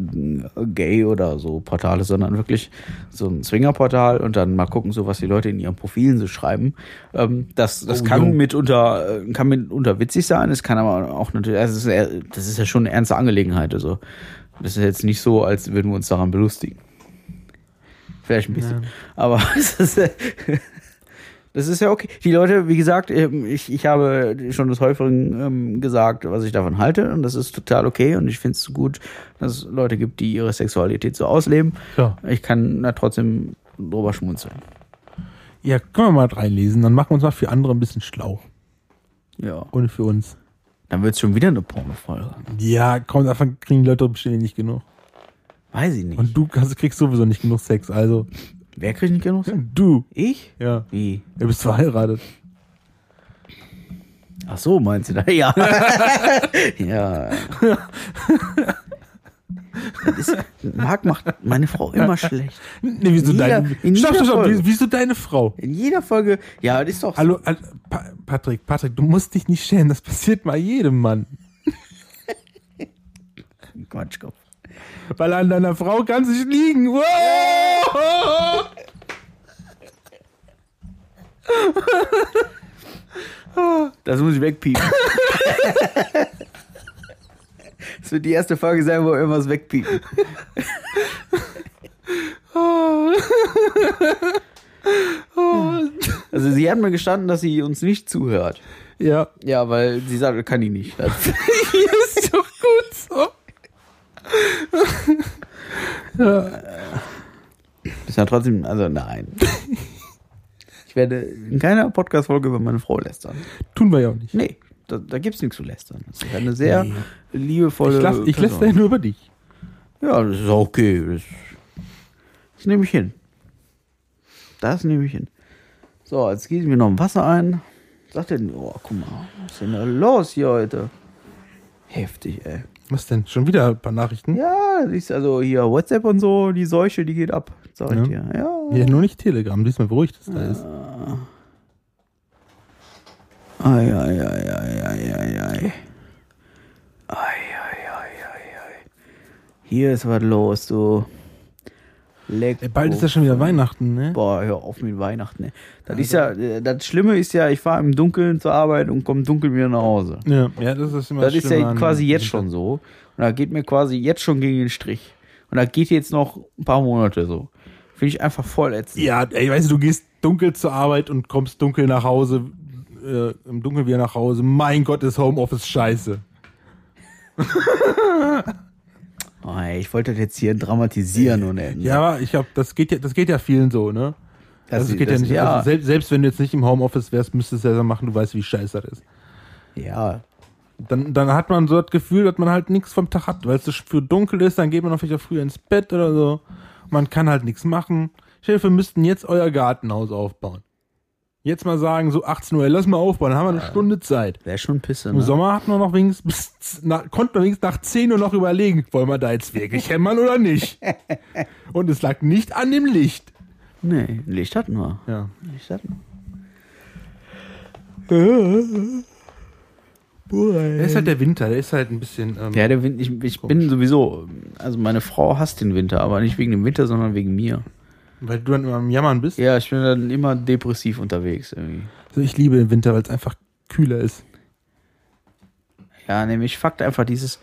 Speaker 4: äh, Gay oder so Portale, sondern wirklich so ein Swinger-Portal und dann mal gucken, so was die Leute in ihren Profilen so schreiben. Ähm, das das
Speaker 3: Oh,
Speaker 4: kann
Speaker 3: jo.
Speaker 4: mitunter äh, kann mitunter witzig sein, es kann aber auch natürlich, also es ist, eher- das ist ja schon eine ernste Angelegenheit. Also das ist jetzt nicht so, als würden wir uns daran belustigen. Vielleicht ein bisschen. Aber es ist, äh, das ist ja okay. Die Leute, wie gesagt, ähm, ich, ich habe schon des Häufigen ähm, gesagt, was ich davon halte. Und das ist total okay. Und ich finde es gut, dass es Leute gibt, die ihre Sexualität so ausleben.
Speaker 3: Ja.
Speaker 4: Ich kann da trotzdem drüber schmunzeln.
Speaker 3: ja, können wir mal reinlesen. Dann machen wir uns mal für andere ein bisschen schlau.
Speaker 4: Ja.
Speaker 3: Und für uns.
Speaker 4: Dann wird es schon wieder eine Pornofolge.
Speaker 3: Ja, komm, davon kriegen die Leute bestimmt nicht genug.
Speaker 4: Weiß ich nicht.
Speaker 3: Und du hast, kriegst sowieso nicht genug Sex, also.
Speaker 4: Wer kriegt nicht genug? Sex?
Speaker 3: Du.
Speaker 4: Ich?
Speaker 3: Ja.
Speaker 4: Wie?
Speaker 3: Du bist verheiratet.
Speaker 4: Ach so, meinst du da? Ja. ja. Das ist, Marc macht meine Frau immer schlecht.
Speaker 3: Nee, wieso
Speaker 4: In jeder-
Speaker 3: deine.
Speaker 4: in
Speaker 3: stopp,
Speaker 4: jeder
Speaker 3: stopp, stopp.
Speaker 4: Folge.
Speaker 3: wie- Wieso deine Frau?
Speaker 4: In jeder Folge. Ja, das ist doch.
Speaker 3: Hallo, Al- pa Patrick, Patrick, du musst dich nicht schämen. Das passiert mal jedem Mann.
Speaker 4: Quatschkopf.
Speaker 3: Weil an deiner Frau kann sich liegen. Wow!
Speaker 4: Das muss ich wegpiepen. das wird die erste Folge sein, wo wir irgendwas wegpiepen. Also sie hat mir gestanden, dass sie uns nicht zuhört.
Speaker 3: Ja.
Speaker 4: Ja, weil sie sagt, kann ich nicht. Das-
Speaker 3: Ist doch gut so.
Speaker 4: Ist ja trotzdem, also nein. Ich werde in keiner Podcast-Folge über meine Frau lästern.
Speaker 3: Tun wir ja auch nicht.
Speaker 4: Nee, da, da gibt's nichts zu lästern. Das ist eine sehr liebevolle
Speaker 3: Ich, lass, ich
Speaker 4: Person.
Speaker 3: lässt ja nur über dich.
Speaker 4: Ja, das ist okay. Das, das nehme ich hin. Das nehme ich hin. So, jetzt gießen wir noch ein Wasser ein. Sagt denn, oh, guck mal, was ist denn da los hier heute? Heftig, ey.
Speaker 3: Was denn? Schon wieder ein paar Nachrichten?
Speaker 4: Ja, siehst du, also hier WhatsApp und so, die Seuche, die geht ab, sag ich
Speaker 3: Ja.
Speaker 4: dir. Ja.
Speaker 3: Ja, nur nicht Telegram. Diesmal beruhigt es da ist.
Speaker 4: Ei, ei, ei, ei, ei, ei, ei. Ei, ei, ei, ei, ei. Hier ist was los, du. Leck. oh,
Speaker 3: Ey, bald ist ja schon wieder Weihnachten, ne?
Speaker 4: Boah, hör auf mit Weihnachten. Ey. Das ist ja, äh, das Schlimme ist ja, ich fahre im Dunkeln zur Arbeit und komme dunkel wieder nach Hause.
Speaker 3: Ja, ja, das ist immer
Speaker 4: Das ist
Speaker 3: schlimmer
Speaker 4: ja
Speaker 3: an-
Speaker 4: quasi jetzt schon so. Und da geht mir quasi jetzt schon gegen den Strich. Und da geht jetzt noch ein paar Monate so. Finde ich einfach voll ätzend.
Speaker 3: Ja, ey, weißt du, du gehst dunkel zur Arbeit und kommst dunkel nach Hause, äh, im Dunkeln wieder nach Hause. Mein Gott, ist Homeoffice scheiße.
Speaker 4: Oh, ey, ich wollte das jetzt hier dramatisieren und enden.
Speaker 3: Äh, Ja, aber ich glaube, das geht ja, das geht ja vielen so, ne?
Speaker 4: Das-
Speaker 3: also, es geht ja
Speaker 4: das-
Speaker 3: nicht.
Speaker 4: ja.
Speaker 3: Also, selbst, selbst wenn du jetzt nicht im Homeoffice wärst, müsstest du es ja machen, du weißt, wie scheiße das ist. Also
Speaker 4: ja.
Speaker 3: Dann, dann hat man so das Gefühl, dass man halt nichts vom Tag hat, weil es so für dunkel ist, dann geht man noch vielleicht auch früher ins Bett oder so. Man kann halt nichts machen. Chef, wir müssten jetzt euer Gartenhaus aufbauen. Jetzt mal sagen, so 18 Uhr, ey, lass mal aufbauen, dann haben wir eine Stunde Zeit.
Speaker 4: Wäre schon Pisse,
Speaker 3: Im
Speaker 4: ne?
Speaker 3: Sommer hat man noch wenigstens bis, z- nach, konnte man wenigstens nach 10 Uhr noch überlegen, wollen wir da jetzt wirklich hämmern oder nicht? Und es lag nicht an dem Licht.
Speaker 4: Nee, Licht hatten wir.
Speaker 3: Ja.
Speaker 4: Licht hatten wir.
Speaker 3: Der ist halt der Winter, der ist halt ein bisschen. Ähm,
Speaker 4: Ja, der Wind, ich, ich bin sowieso, also meine Frau hasst den Winter, aber nicht wegen dem Winter, sondern wegen mir.
Speaker 3: Weil du dann immer am Jammern bist.
Speaker 4: Ja, ich bin dann immer depressiv unterwegs irgendwie.
Speaker 3: Also ich liebe den Winter, weil es einfach kühler ist.
Speaker 4: Ja, nämlich fuckt einfach dieses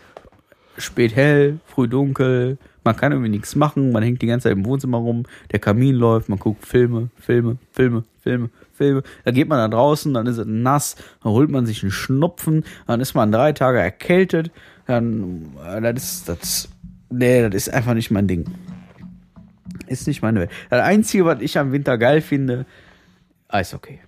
Speaker 4: spät hell, früh dunkel, man kann irgendwie nichts machen, man hängt die ganze Zeit im Wohnzimmer rum, der Kamin läuft, man guckt Filme, Filme, Filme, Filme, Filme. Dann geht man da draußen, dann ist es nass, dann holt man sich einen Schnupfen, dann ist man drei Tage erkältet, dann äh, das ist das nee, das ist einfach nicht mein Ding. Ist nicht meine Welt. Das einzige, was ich am Winter geil finde, Eishockey.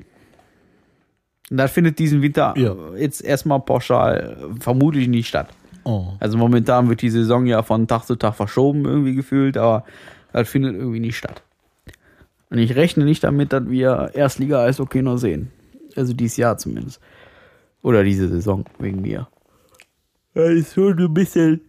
Speaker 4: Und das findet diesen Winter
Speaker 3: Ja.
Speaker 4: jetzt erstmal pauschal äh, vermutlich nicht statt.
Speaker 3: Oh.
Speaker 4: Also momentan wird die Saison ja von Tag zu Tag verschoben irgendwie gefühlt, aber das findet irgendwie nicht statt. Und ich rechne nicht damit, dass wir Erstliga-Eishockey noch sehen. Also dieses Jahr zumindest. Oder diese Saison, wegen mir. Das ist schon ein bisschen... Hm,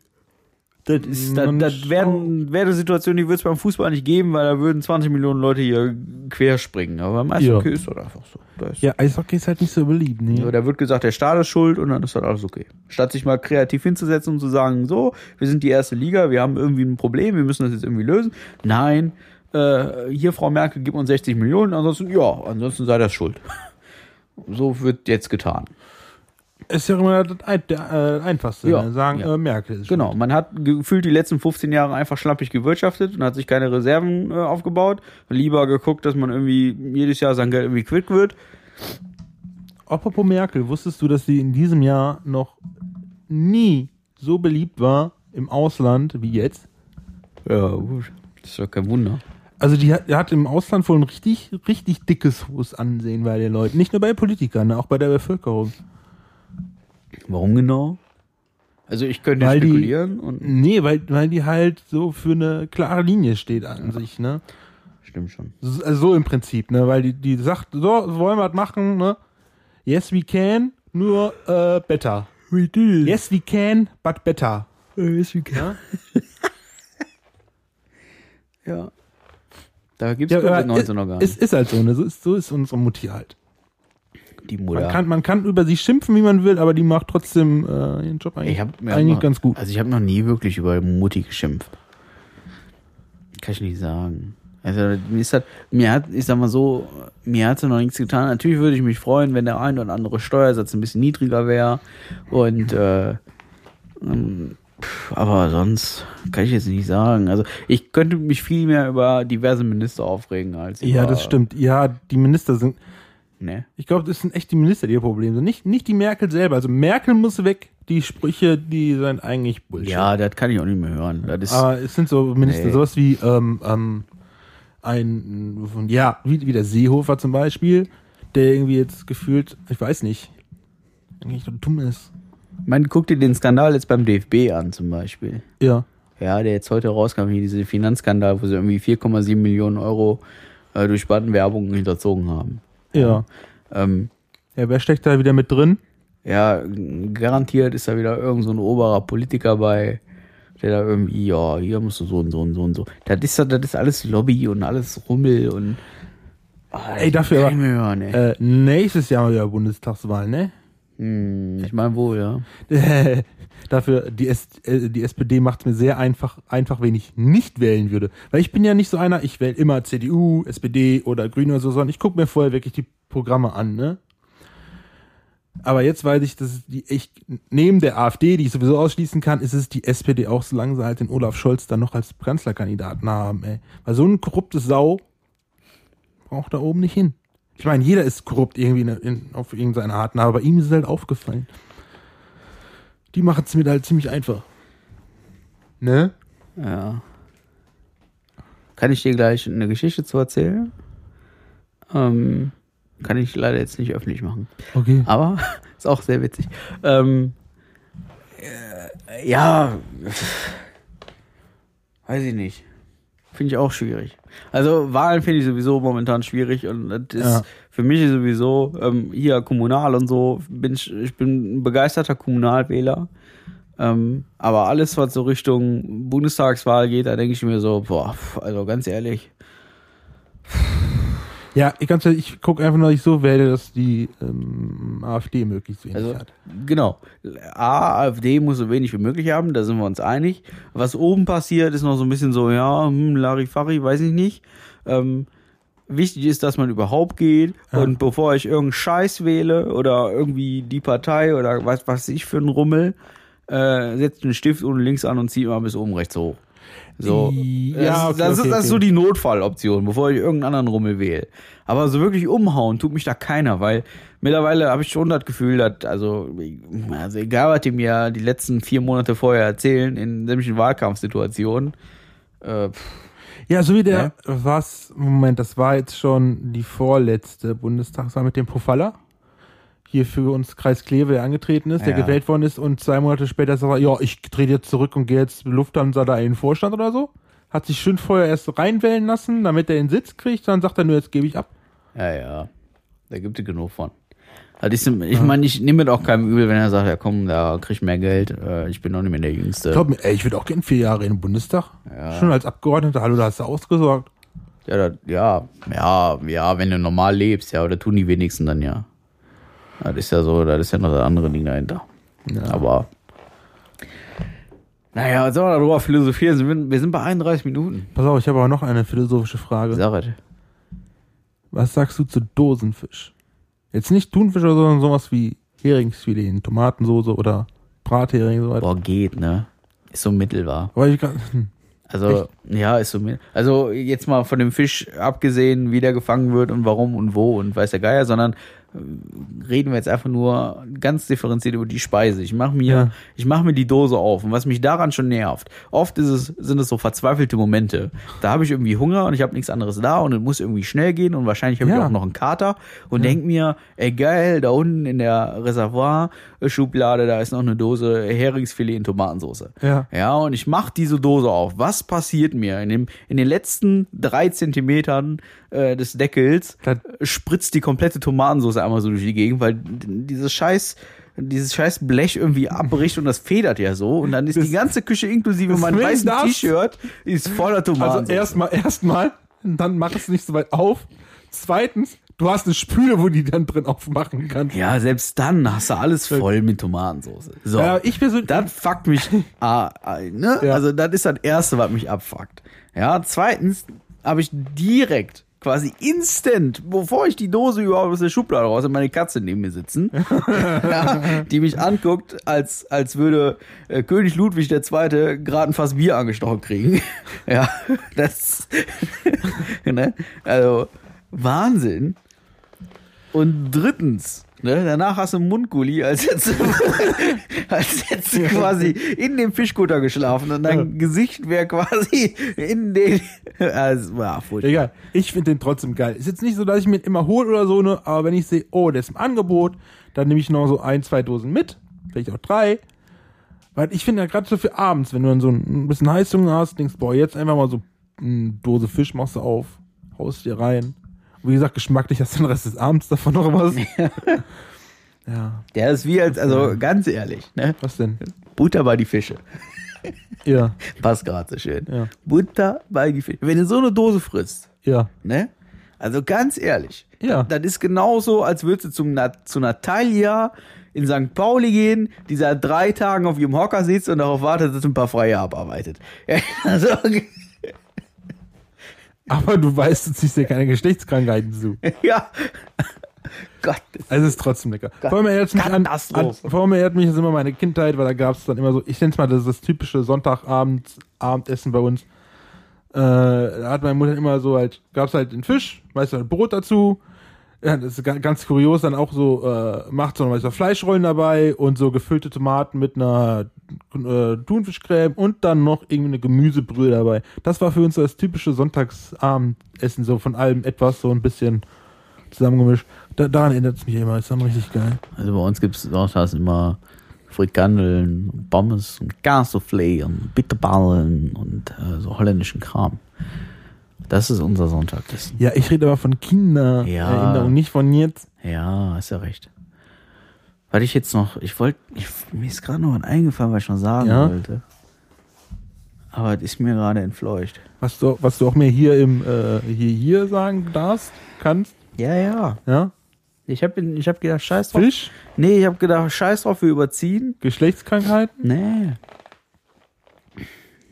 Speaker 4: Das, ist, das,
Speaker 3: Man
Speaker 4: das werden, wäre eine Situation, die würde es beim Fußball nicht geben, weil da würden 20 Millionen Leute hier querspringen. Aber beim Eishockey ist das einfach so. Da ist
Speaker 3: Ja, Eishockey ist halt nicht so beliebt. Nee.
Speaker 4: so, da wird gesagt, der Staat ist schuld und dann ist das alles okay. Statt sich mal kreativ hinzusetzen und zu sagen, so, wir sind die erste Liga, wir haben irgendwie ein Problem, wir müssen das jetzt irgendwie lösen. Nein, äh, hier Frau Merkel, gib uns 60 Millionen, ansonsten, ja, ansonsten sei das schuld. So wird jetzt getan.
Speaker 3: Ist ja immer das Ein- der, äh, Einfachste.
Speaker 4: Ja,
Speaker 3: ne? Sagen,
Speaker 4: ja.
Speaker 3: äh, Merkel ist
Speaker 4: Genau, man hat gefühlt die letzten 15 Jahre einfach schlampig gewirtschaftet und hat sich keine Reserven äh, aufgebaut. Lieber geguckt, dass man irgendwie jedes Jahr sein Geld irgendwie quitt wird.
Speaker 3: schuld. Apropos Merkel, wusstest du, dass sie in diesem Jahr noch nie so beliebt war im Ausland wie jetzt?
Speaker 4: Ja, gut. Das ist doch kein Wunder.
Speaker 3: Also die hat, die hat im Ausland wohl ein richtig, richtig dickes hohes Ansehen bei den Leuten. Nicht nur bei Politikern, ne, auch bei der Bevölkerung.
Speaker 4: Warum genau? Also ich könnte
Speaker 3: Weil die-
Speaker 4: spekulieren und
Speaker 3: Nee, weil, weil die halt so für eine klare Linie steht an sich, ne?
Speaker 4: stimmt schon.
Speaker 3: So, also so im Prinzip, ne? Weil die, die sagt, so, wollen wir das machen, ne? Yes, we can, nur äh, better.
Speaker 4: We did.
Speaker 3: Yes, we can, but better.
Speaker 4: Yes, we can. Ja. Da gibt's
Speaker 3: Ja, aber
Speaker 4: Covid-19
Speaker 3: ist,
Speaker 4: noch gar
Speaker 3: ist,
Speaker 4: nicht.
Speaker 3: ist halt so, ne? So ist, so ist unsere Mutti halt.
Speaker 4: Die
Speaker 3: Man,
Speaker 4: Mutter.
Speaker 3: kann, man kann über sie schimpfen, wie man will, aber die macht trotzdem äh, ihren Job eigentlich,
Speaker 4: ich hab mir
Speaker 3: eigentlich
Speaker 4: noch,
Speaker 3: ganz gut.
Speaker 4: Also ich habe noch nie wirklich über Mutti geschimpft. Kann ich nicht sagen. Also mir ist hat, mir hat, ich sag mal so, mir hat sie noch nichts getan. Natürlich würde ich mich freuen, wenn der ein oder andere Steuersatz ein bisschen niedriger wäre. Und äh, ähm, pff, aber sonst kann ich jetzt nicht sagen. Also ich könnte mich viel mehr über diverse Minister aufregen als über,
Speaker 3: Ja, das stimmt. Ja, die Minister sind.
Speaker 4: Ne?
Speaker 3: Ich glaube, das sind echt die Minister, die ihr Problem sind. Nicht, nicht die Merkel selber. Also Merkel muss weg. Die Sprüche, die sind eigentlich Bullshit.
Speaker 4: Ja, das kann ich auch nicht mehr hören. Das ist,
Speaker 3: Aber es sind so Minister,
Speaker 4: Nee.
Speaker 3: sowas wie ähm, ähm, ein, von- ja, wie, wie der Seehofer zum Beispiel, der irgendwie jetzt gefühlt, ich weiß nicht, eigentlich so dumm ist.
Speaker 4: man guckt dir den Skandal jetzt beim DFB an zum Beispiel.
Speaker 3: Ja.
Speaker 4: Ja, der jetzt heute rauskam, hier dieser Finanzskandal, wo sie irgendwie 4,7 Millionen Euro äh, durch Bandenwerbung hinterzogen haben.
Speaker 3: Ja.
Speaker 4: Ähm,
Speaker 3: Ja, wer steckt da wieder mit drin?
Speaker 4: ja, garantiert ist da wieder irgend so ein oberer Politiker bei, der da irgendwie, ja, hier musst du so und so und so und so. Das ist, doch- das ist alles Lobby und alles Rummel und. Ah,
Speaker 3: Ey,
Speaker 4: das
Speaker 3: dafür
Speaker 4: kann
Speaker 3: aber-
Speaker 4: ich mir hören, ey.
Speaker 3: Äh, nächstes Jahr wieder Bundestagswahl, ne? Äh,
Speaker 4: Hm, ich meine wohl, ja.
Speaker 3: Dafür, die, S äh, die SPD macht es mir sehr einfach, einfach, wenn ich nicht wählen würde. Weil ich bin ja nicht so einer, ich wähle immer CDU, SPD oder Grüne oder so, sondern ich gucke mir vorher wirklich die Programme an, ne? Aber jetzt weiß ich, dass es die echt, neben der AfD, die ich sowieso ausschließen kann, ist es die SPD auch, solange sie halt den Olaf Scholz dann noch als Kanzlerkandidaten haben, ey. Weil so ein korruptes Sau braucht da oben nicht hin. Ich meine, jeder ist korrupt irgendwie in, in, auf irgendeine Art, aber bei ihm ist es halt aufgefallen. Die machen es mir halt ziemlich einfach. Ne?
Speaker 4: Ja. Kann ich dir gleich eine Geschichte zu erzählen? Ähm, kann ich leider jetzt nicht öffentlich machen.
Speaker 3: Okay.
Speaker 4: Aber ist auch sehr witzig. Ähm, äh, ja, weiß ich nicht. Finde ich auch schwierig. Also Wahlen finde ich sowieso momentan schwierig und das ist
Speaker 3: Ja.
Speaker 4: für mich ist sowieso ähm, hier kommunal und so. Bin ich, ich bin ein begeisterter Kommunalwähler. Ähm, aber alles, was so Richtung Bundestagswahl geht, da denke ich mir so, boah, pf, also ganz ehrlich,
Speaker 3: Ja, ich, ganz ehrlich, ich gucke einfach nur, dass ich so werde, dass die ähm, AfD möglichst wenig
Speaker 4: Also,
Speaker 3: hat.
Speaker 4: genau. A, AfD muss so wenig wie möglich haben, da sind wir uns einig. Was oben passiert, ist noch so ein bisschen so, ja, hm, Larifari, weiß ich nicht. Ähm, wichtig ist, dass man überhaupt geht und bevor ich irgendeinen Scheiß wähle oder irgendwie die Partei oder was weiß ich für einen Rummel, äh, setzt einen Stift unten links an und zieht mal bis oben rechts hoch. So,
Speaker 3: Ja,
Speaker 4: das,
Speaker 3: okay,
Speaker 4: das, ist,
Speaker 3: okay,
Speaker 4: das ist so
Speaker 3: okay.
Speaker 4: die Notfalloption, bevor ich irgendeinen anderen Rummel wähle. Aber so wirklich umhauen tut mich da keiner, weil mittlerweile habe ich schon das Gefühl, dass, also, also egal, was die mir die letzten vier Monate vorher erzählen, in sämtlichen Wahlkampfsituationen, äh, pff,
Speaker 3: Ja, so wie
Speaker 4: ne?
Speaker 3: der, was, Moment, das war jetzt schon die vorletzte Bundestagswahl mit dem Pofalla. Hier für uns Kreis Kleve, der angetreten ist, der
Speaker 4: Ja.
Speaker 3: gewählt worden ist und zwei Monate später sagt er, ja, ich trete jetzt zurück und gehe jetzt Lufthansa da in den Vorstand oder so. Hat sich schön vorher erst reinwählen lassen, damit er den Sitz kriegt, dann sagt er nur, jetzt gebe ich ab.
Speaker 4: ja, ja, da gibt es genug von. Also ich ich meine, ich nehme mir auch keinem übel, wenn er sagt, ja komm, da krieg ich mehr Geld, äh, ich bin noch nicht mehr der Jüngste.
Speaker 3: Glaub mir, ey, ich würde auch gerne vier Jahre in den Bundestag. Schon als Abgeordneter, hallo, da hast du ausgesorgt.
Speaker 4: Ja, da, ja, ja, ja, wenn du normal lebst, ja, oder tun die wenigsten dann ja. Das ist ja so, da ist ja noch das andere Ding dahinter. Aber. Naja, sollen wir darüber philosophieren? Wir sind- Wir sind bei 31 Minuten.
Speaker 3: Pass auf, ich habe aber noch eine philosophische Frage.
Speaker 4: Sag halt, es.
Speaker 3: Was sagst du zu Dosenfisch? Jetzt nicht Thunfisch, sondern sowas wie Heringsfilet in Tomatensoße oder Brathering und so weiter.
Speaker 4: Boah, geht, ne? Ist so mittelbar.
Speaker 3: Aber ich kann, hm.
Speaker 4: Also, ja, ist so mit. Also, jetzt mal von dem Fisch abgesehen, wie der gefangen wird und warum und wo und weiß der Geier, sondern äh, reden wir jetzt einfach nur ganz differenziert über die Speise. Ich mache mir,
Speaker 3: Ja.
Speaker 4: ich mache mir die Dose auf und was mich daran schon nervt, oft ist es, sind es so verzweifelte Momente. Da habe ich irgendwie Hunger und ich habe nichts anderes da und es muss irgendwie schnell gehen und wahrscheinlich habe ich
Speaker 3: Ja.
Speaker 4: auch noch einen Kater und denk mir, ey geil, da unten in der Reservoir-Schublade, da ist noch eine Dose Heringsfilet in Tomatensauce.
Speaker 3: Ja.
Speaker 4: Ja, und ich mache diese Dose auf. Was passiert mir? In, dem, in den letzten drei Zentimetern äh, des Deckels
Speaker 3: Das-
Speaker 4: spritzt die komplette Tomatensauce einmal so durch die Gegend, weil d- dieses scheiß dieses scheiß Blech irgendwie abbricht und das federt ja so und dann ist die ganze Küche inklusive meinem
Speaker 3: deswegen
Speaker 4: weißen
Speaker 3: darfst-
Speaker 4: T-Shirt ist voller Tomaten.
Speaker 3: Also erstmal, erstmal, dann mach es nicht so weit auf. Zweitens, du hast eine Spüle, wo die dann drin aufmachen kannst.
Speaker 4: ja, selbst dann hast du alles voll mit Tomatensauce. So.
Speaker 3: Ja, ich persönlich,
Speaker 4: Das fuckt mich. ah, ah, ne?
Speaker 3: Also, Ja.
Speaker 4: Also, das ist das Erste, was mich abfuckt. Ja, zweitens habe ich direkt, quasi instant, bevor ich die Dose überhaupt aus der Schublade raus habe, meine Katze neben mir sitzen, ja, die mich anguckt, als, als würde äh, König Ludwig II. gerade ein Fass Bier angestaucht kriegen. ja, das. ne? Also, Wahnsinn. Und drittens, ne, danach hast du einen Mundgulli, als hättest du, als hättest du quasi in dem Fischkutter geschlafen und dein Gesicht wäre quasi in den. Also, ja, furchtbar.
Speaker 3: egal, ich finde den trotzdem geil. Ist jetzt nicht so, dass ich mir den immer hole oder so, ne, aber wenn ich sehe, oh, der ist im Angebot, dann nehme ich noch so ein, zwei Dosen mit, vielleicht auch drei. Weil ich finde ja gerade so für abends, wenn du dann so ein bisschen Heißhunger hast, denkst, boah, jetzt einfach mal so eine Dose Fisch machst du auf, haust dir rein. Und wie gesagt, geschmacklich hast du den Rest des Abends davon noch was. ja,
Speaker 4: Der ist wie als, also ganz ehrlich, ne?
Speaker 3: was denn?
Speaker 4: Butter bei die Fische.
Speaker 3: Ja,
Speaker 4: Passt gerade so schön.
Speaker 3: Ja.
Speaker 4: Butter bei die Fische. Wenn du so eine Dose frisst,
Speaker 3: ja.
Speaker 4: ne? Also ganz ehrlich,
Speaker 3: Ja.
Speaker 4: das ist genauso, als würdest du zum Na zu Natalia in St. Pauli gehen, die seit drei Tagen auf ihrem Hocker sitzt und darauf wartet, dass ein paar Freie abarbeitet. also,
Speaker 3: Aber du weißt, du ziehst dir keine Geschlechtskrankheiten zu.
Speaker 4: ja. Gott,
Speaker 3: Also ist trotzdem lecker. Vor allem erinnert mich an, an
Speaker 4: Katastrophe.
Speaker 3: vor allem erinnert mich das immer an meine Kindheit, weil da gab es dann immer so, ich nenne es mal das, das typische Sonntagabend Abendessen bei uns. Äh, da hat meine Mutter immer so halt, gab es halt den Fisch, weißt du, halt Brot dazu. Ja, das ist ga- ganz kurios, dann auch so, äh, macht so noch weißt du, Fleischrollen dabei und so gefüllte Tomaten mit einer äh, Thunfischcreme und dann noch irgendwie eine Gemüsebrühe dabei. Das war für uns so das typische Sonntagsabendessen, so von allem etwas, so ein bisschen zusammengemischt. Da, daran erinnert es mich immer. Ist dann richtig geil.
Speaker 4: Also bei uns gibt es sonntags immer Frikandeln, und Pommes und Gasoufflé und Bitterballen und äh, so holländischen Kram. Das ist unser Sonntagessen.
Speaker 3: Ja, ich rede aber von Kindererinnerung,
Speaker 4: Ja.
Speaker 3: nicht von jetzt.
Speaker 4: Ja, hast ja recht. Weil ich jetzt noch, ich wollte, mir ist gerade noch was eingefallen, was ich noch sagen
Speaker 3: Ja?
Speaker 4: wollte. Aber das ist mir gerade entfleucht.
Speaker 3: Was du, was du auch mir hier im äh, hier, hier sagen darfst, kannst.
Speaker 4: Ja, ja.
Speaker 3: Ja?
Speaker 4: Ich habe ich hab gedacht, scheiß drauf.
Speaker 3: Fisch,
Speaker 4: Hm? Nee, ich habe gedacht, scheiß drauf, wir überziehen.
Speaker 3: Geschlechtskrankheiten.
Speaker 4: Nee.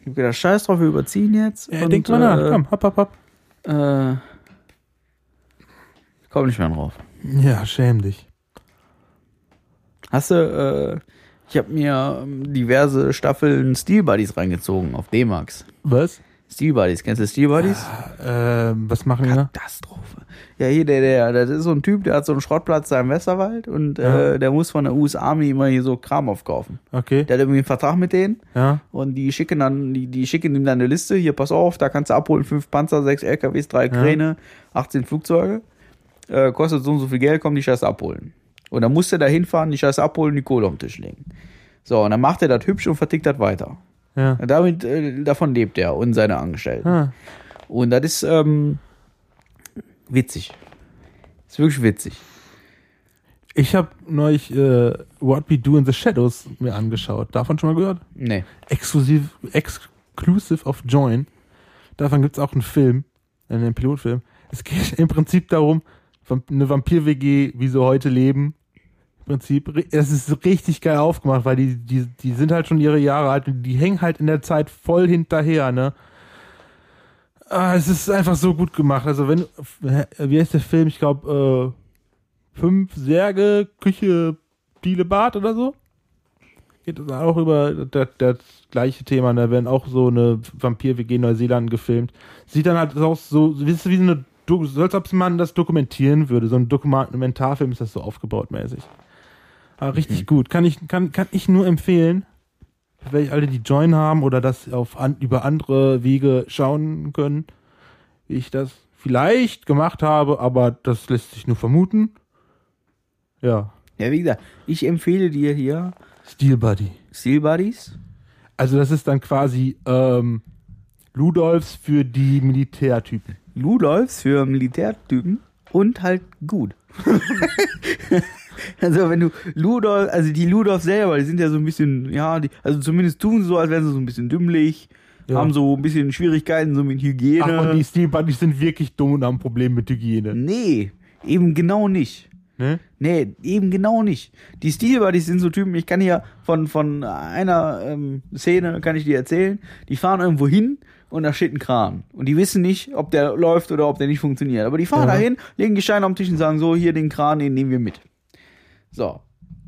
Speaker 4: Ich habe gedacht, scheiß drauf, wir überziehen jetzt.
Speaker 3: Ja, Äh, denk mal nach. Komm, hopp, hopp, hopp.
Speaker 4: Äh, komm nicht mehr drauf.
Speaker 3: Ja, schäm dich.
Speaker 4: Hast du, äh, ich habe mir ähm, diverse Staffeln Steel Buddies reingezogen auf D-Max.
Speaker 3: Was?
Speaker 4: Steel Buddies, kennst du Steel Buddies?
Speaker 3: Ähm, was machen wir?
Speaker 4: Katastrophe. Ja, hier, der, der, das ist so ein Typ, der hat so einen Schrottplatz da im Westerwald und äh, der muss von der US Army immer hier so Kram aufkaufen.
Speaker 3: Okay.
Speaker 4: Der hat irgendwie einen Vertrag mit denen
Speaker 3: Ja.
Speaker 4: und die schicken dann, die, die schicken ihm dann eine Liste, hier, pass auf, da kannst du abholen, fünf Panzer, sechs LKWs, drei Kräne, 18 Flugzeuge. Äh, kostet so und so viel Geld, komm die Scheiße abholen. Und dann musste da hinfahren, die Scheiße abholen, die Kohle auf den Tisch legen. So, und dann macht er das hübsch und vertickt das weiter.
Speaker 3: Ja.
Speaker 4: Und damit, äh, davon lebt er und seine Angestellten.
Speaker 3: Ah.
Speaker 4: Und das ist ähm, witzig. Ist wirklich witzig.
Speaker 3: Ich habe neulich äh, What We Do in the Shadows mir angeschaut. Davon schon mal gehört?
Speaker 4: Nee.
Speaker 3: Exklusiv, exclusive auf Join. Davon gibt's auch einen Film, äh, einen Pilotfilm. Es geht im Prinzip darum, Vamp- eine Vampir-WG, wie sie heute leben. Im Prinzip, ri- es ist richtig geil aufgemacht, weil die, die, die sind halt schon ihre Jahre alt und die hängen halt in der Zeit voll hinterher, ne? Ah, es ist einfach so gut gemacht. Also wenn, äh, wie heißt der Film? Ich glaube, äh, fünf Särge, Küche, Diele, Bad oder so geht es auch über das, das gleiche Thema. Da werden auch so eine Vampir-WG Neuseeland gefilmt. Sieht dann halt auch so, wisst ihr, wie so eine, Do- so als ob man das dokumentieren würde. So ein Dokumentarfilm ist das so aufgebaut mäßig. Aber richtig gut. Kann ich, kann, kann ich nur empfehlen, für welche alle, die Join haben oder das auf an, über andere Wege schauen können, wie ich das vielleicht gemacht habe, aber das lässt sich nur vermuten. Ja,
Speaker 4: Ja, wie gesagt, ich empfehle dir hier
Speaker 3: Steel Buddy.
Speaker 4: Steel Buddies.
Speaker 3: Also das ist dann quasi ähm, Ludolfs für die Militärtypen.
Speaker 4: Ludolfs für Militärtypen und halt gut. also wenn du Ludolf, also die Ludolf selber, die sind ja so ein bisschen, ja, die, also zumindest tun sie so, als wären sie so ein bisschen dümmlich,
Speaker 3: Ja.
Speaker 4: haben so ein bisschen Schwierigkeiten so mit Hygiene.
Speaker 3: Ach, und die Steel Buddies sind wirklich dumm und haben ein Problem mit Hygiene.
Speaker 4: nee, eben genau nicht.
Speaker 3: Ne?
Speaker 4: Nee, eben genau nicht. Die Steel Buddies sind so Typen, ich kann hier von, von einer ähm, Szene, kann ich dir erzählen, die fahren irgendwo hin und da steht ein Kran. Und die wissen nicht, ob der läuft oder ob der nicht funktioniert. Aber die fahren
Speaker 3: Ja.
Speaker 4: dahin, legen die Steine auf den Tisch und sagen so, hier den Kran, den nehmen wir mit. So.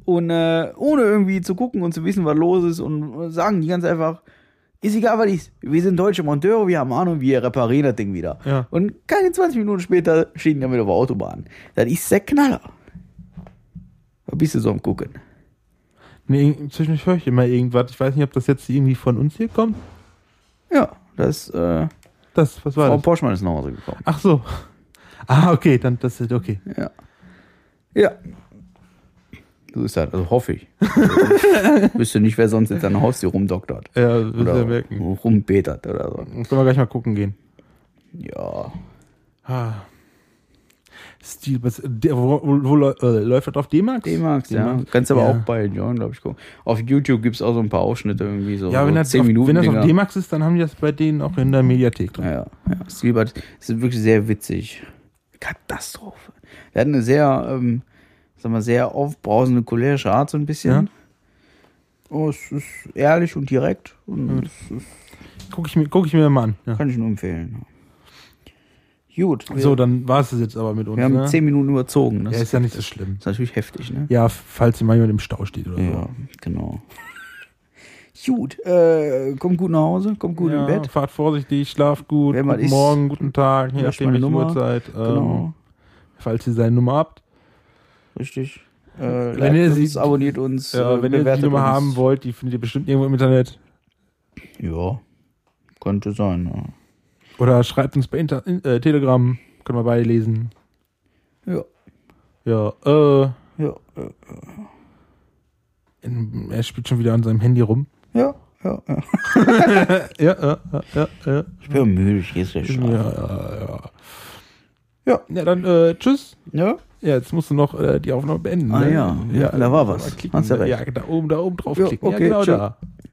Speaker 4: Und äh, ohne irgendwie zu gucken und zu wissen, was los ist und äh, sagen die ganz einfach, ist egal, was ist. Wir sind deutsche Monteure, wir haben Ahnung, wir reparieren das Ding wieder.
Speaker 3: Ja.
Speaker 4: Und keine 20 Minuten später stehen die damit auf der Autobahn. Das ist der Knaller. Da bist du so am Gucken.
Speaker 3: Nee, inzwischen höre ich immer irgendwas. Ich weiß nicht, ob das jetzt irgendwie von uns hier kommt.
Speaker 4: Ja, das, äh,
Speaker 3: Das, was war
Speaker 4: Frau
Speaker 3: das?
Speaker 4: Porschmann ist nach Hause gekommen.
Speaker 3: Ach so. Ah, okay, dann das ist okay.
Speaker 4: Ja. Ja. So ist das, also hoffe ich. Wüsste nicht, wer sonst in seinem Haus hier rumdoktert.
Speaker 3: Ja, wirst
Speaker 4: Oder
Speaker 3: ja merken.
Speaker 4: rumbetert oder so.
Speaker 3: Können wir gleich mal gucken gehen.
Speaker 4: Ja.
Speaker 3: Ah. Steel was, der, wo, wo, wo läu- äh, läuft das auf D-Max?
Speaker 4: D-Max, ja.
Speaker 3: D-Max.
Speaker 4: Kannst aber
Speaker 3: Ja.
Speaker 4: auch bei John, glaube ich, gucken. Auf YouTube gibt es auch so ein paar Ausschnitte irgendwie so.
Speaker 3: Ja,
Speaker 4: so
Speaker 3: wenn das,
Speaker 4: 10
Speaker 3: auf,
Speaker 4: Also Minuten.
Speaker 3: wenn das auf
Speaker 4: Dinger.
Speaker 3: D-Max ist, dann haben die das bei denen auch in der Mediathek drin.
Speaker 4: Ja, ja. Stilbert ist wirklich sehr witzig. Katastrophe. Er hat eine sehr, ähm, sag mal, sehr aufbrausende cholerische Art, so ein bisschen. Oh, es ist ehrlich und direkt und das, das
Speaker 3: Guck ich mir, guck ich mir mal an. Ja.
Speaker 4: kann ich nur empfehlen. Gut, wir,
Speaker 3: So, dann war es das jetzt aber mit uns.
Speaker 4: wir haben
Speaker 3: ne?
Speaker 4: zehn Minuten überzogen. Das
Speaker 3: ja,
Speaker 4: ist
Speaker 3: ist ja nicht so schlimm.
Speaker 4: natürlich heftig, ne?
Speaker 3: Ja, falls hier mal jemand im Stau steht oder
Speaker 4: Ja,
Speaker 3: so.
Speaker 4: genau. Gut, äh, kommt gut nach Hause, kommt gut
Speaker 3: ja,
Speaker 4: im Bett.
Speaker 3: Fahrt vorsichtig, schlaft gut,
Speaker 4: Wenn man
Speaker 3: guten
Speaker 4: ist,
Speaker 3: Morgen, guten Tag, je
Speaker 4: löscht
Speaker 3: nachdem
Speaker 4: meine
Speaker 3: welche
Speaker 4: Nummer.
Speaker 3: Uhrzeit. Ähm,
Speaker 4: Genau,
Speaker 3: Falls ihr seine Nummer habt.
Speaker 4: richtig. Äh,
Speaker 3: Wenn ihr
Speaker 4: liked
Speaker 3: sie-
Speaker 4: uns, abonniert uns,
Speaker 3: Ja,
Speaker 4: äh,
Speaker 3: wenn ihr die
Speaker 4: bewertet
Speaker 3: Nummer
Speaker 4: uns.
Speaker 3: haben wollt, die findet ihr bestimmt irgendwo im Internet.
Speaker 4: Ja, könnte sein. Ja.
Speaker 3: Oder schreibt uns bei Inter in, äh, Telegram, können wir beide lesen.
Speaker 4: Ja,
Speaker 3: Ja, äh,
Speaker 4: ja, äh,
Speaker 3: in, er spielt schon wieder an seinem Handy rum.
Speaker 4: ja, ja. ja.
Speaker 3: Ja, äh, ja, ja, ja,
Speaker 4: Ich bin müde, ich gehe gleich
Speaker 3: ja,
Speaker 4: schlafen.
Speaker 3: ja, ja, ja.
Speaker 4: Ja.
Speaker 3: Ja, dann äh, tschüss.
Speaker 4: Ja.
Speaker 3: Ja, jetzt musst du noch äh, die Aufnahme beenden.
Speaker 4: Ah
Speaker 3: ne?
Speaker 4: ja, ja, da war was.
Speaker 3: Klicken. ne?
Speaker 4: Hast ja
Speaker 3: ja,
Speaker 4: recht.
Speaker 3: da oben, da oben draufklicken.
Speaker 4: Ja,
Speaker 3: Ja,
Speaker 4: okay,
Speaker 3: genau
Speaker 4: tschö.
Speaker 3: da.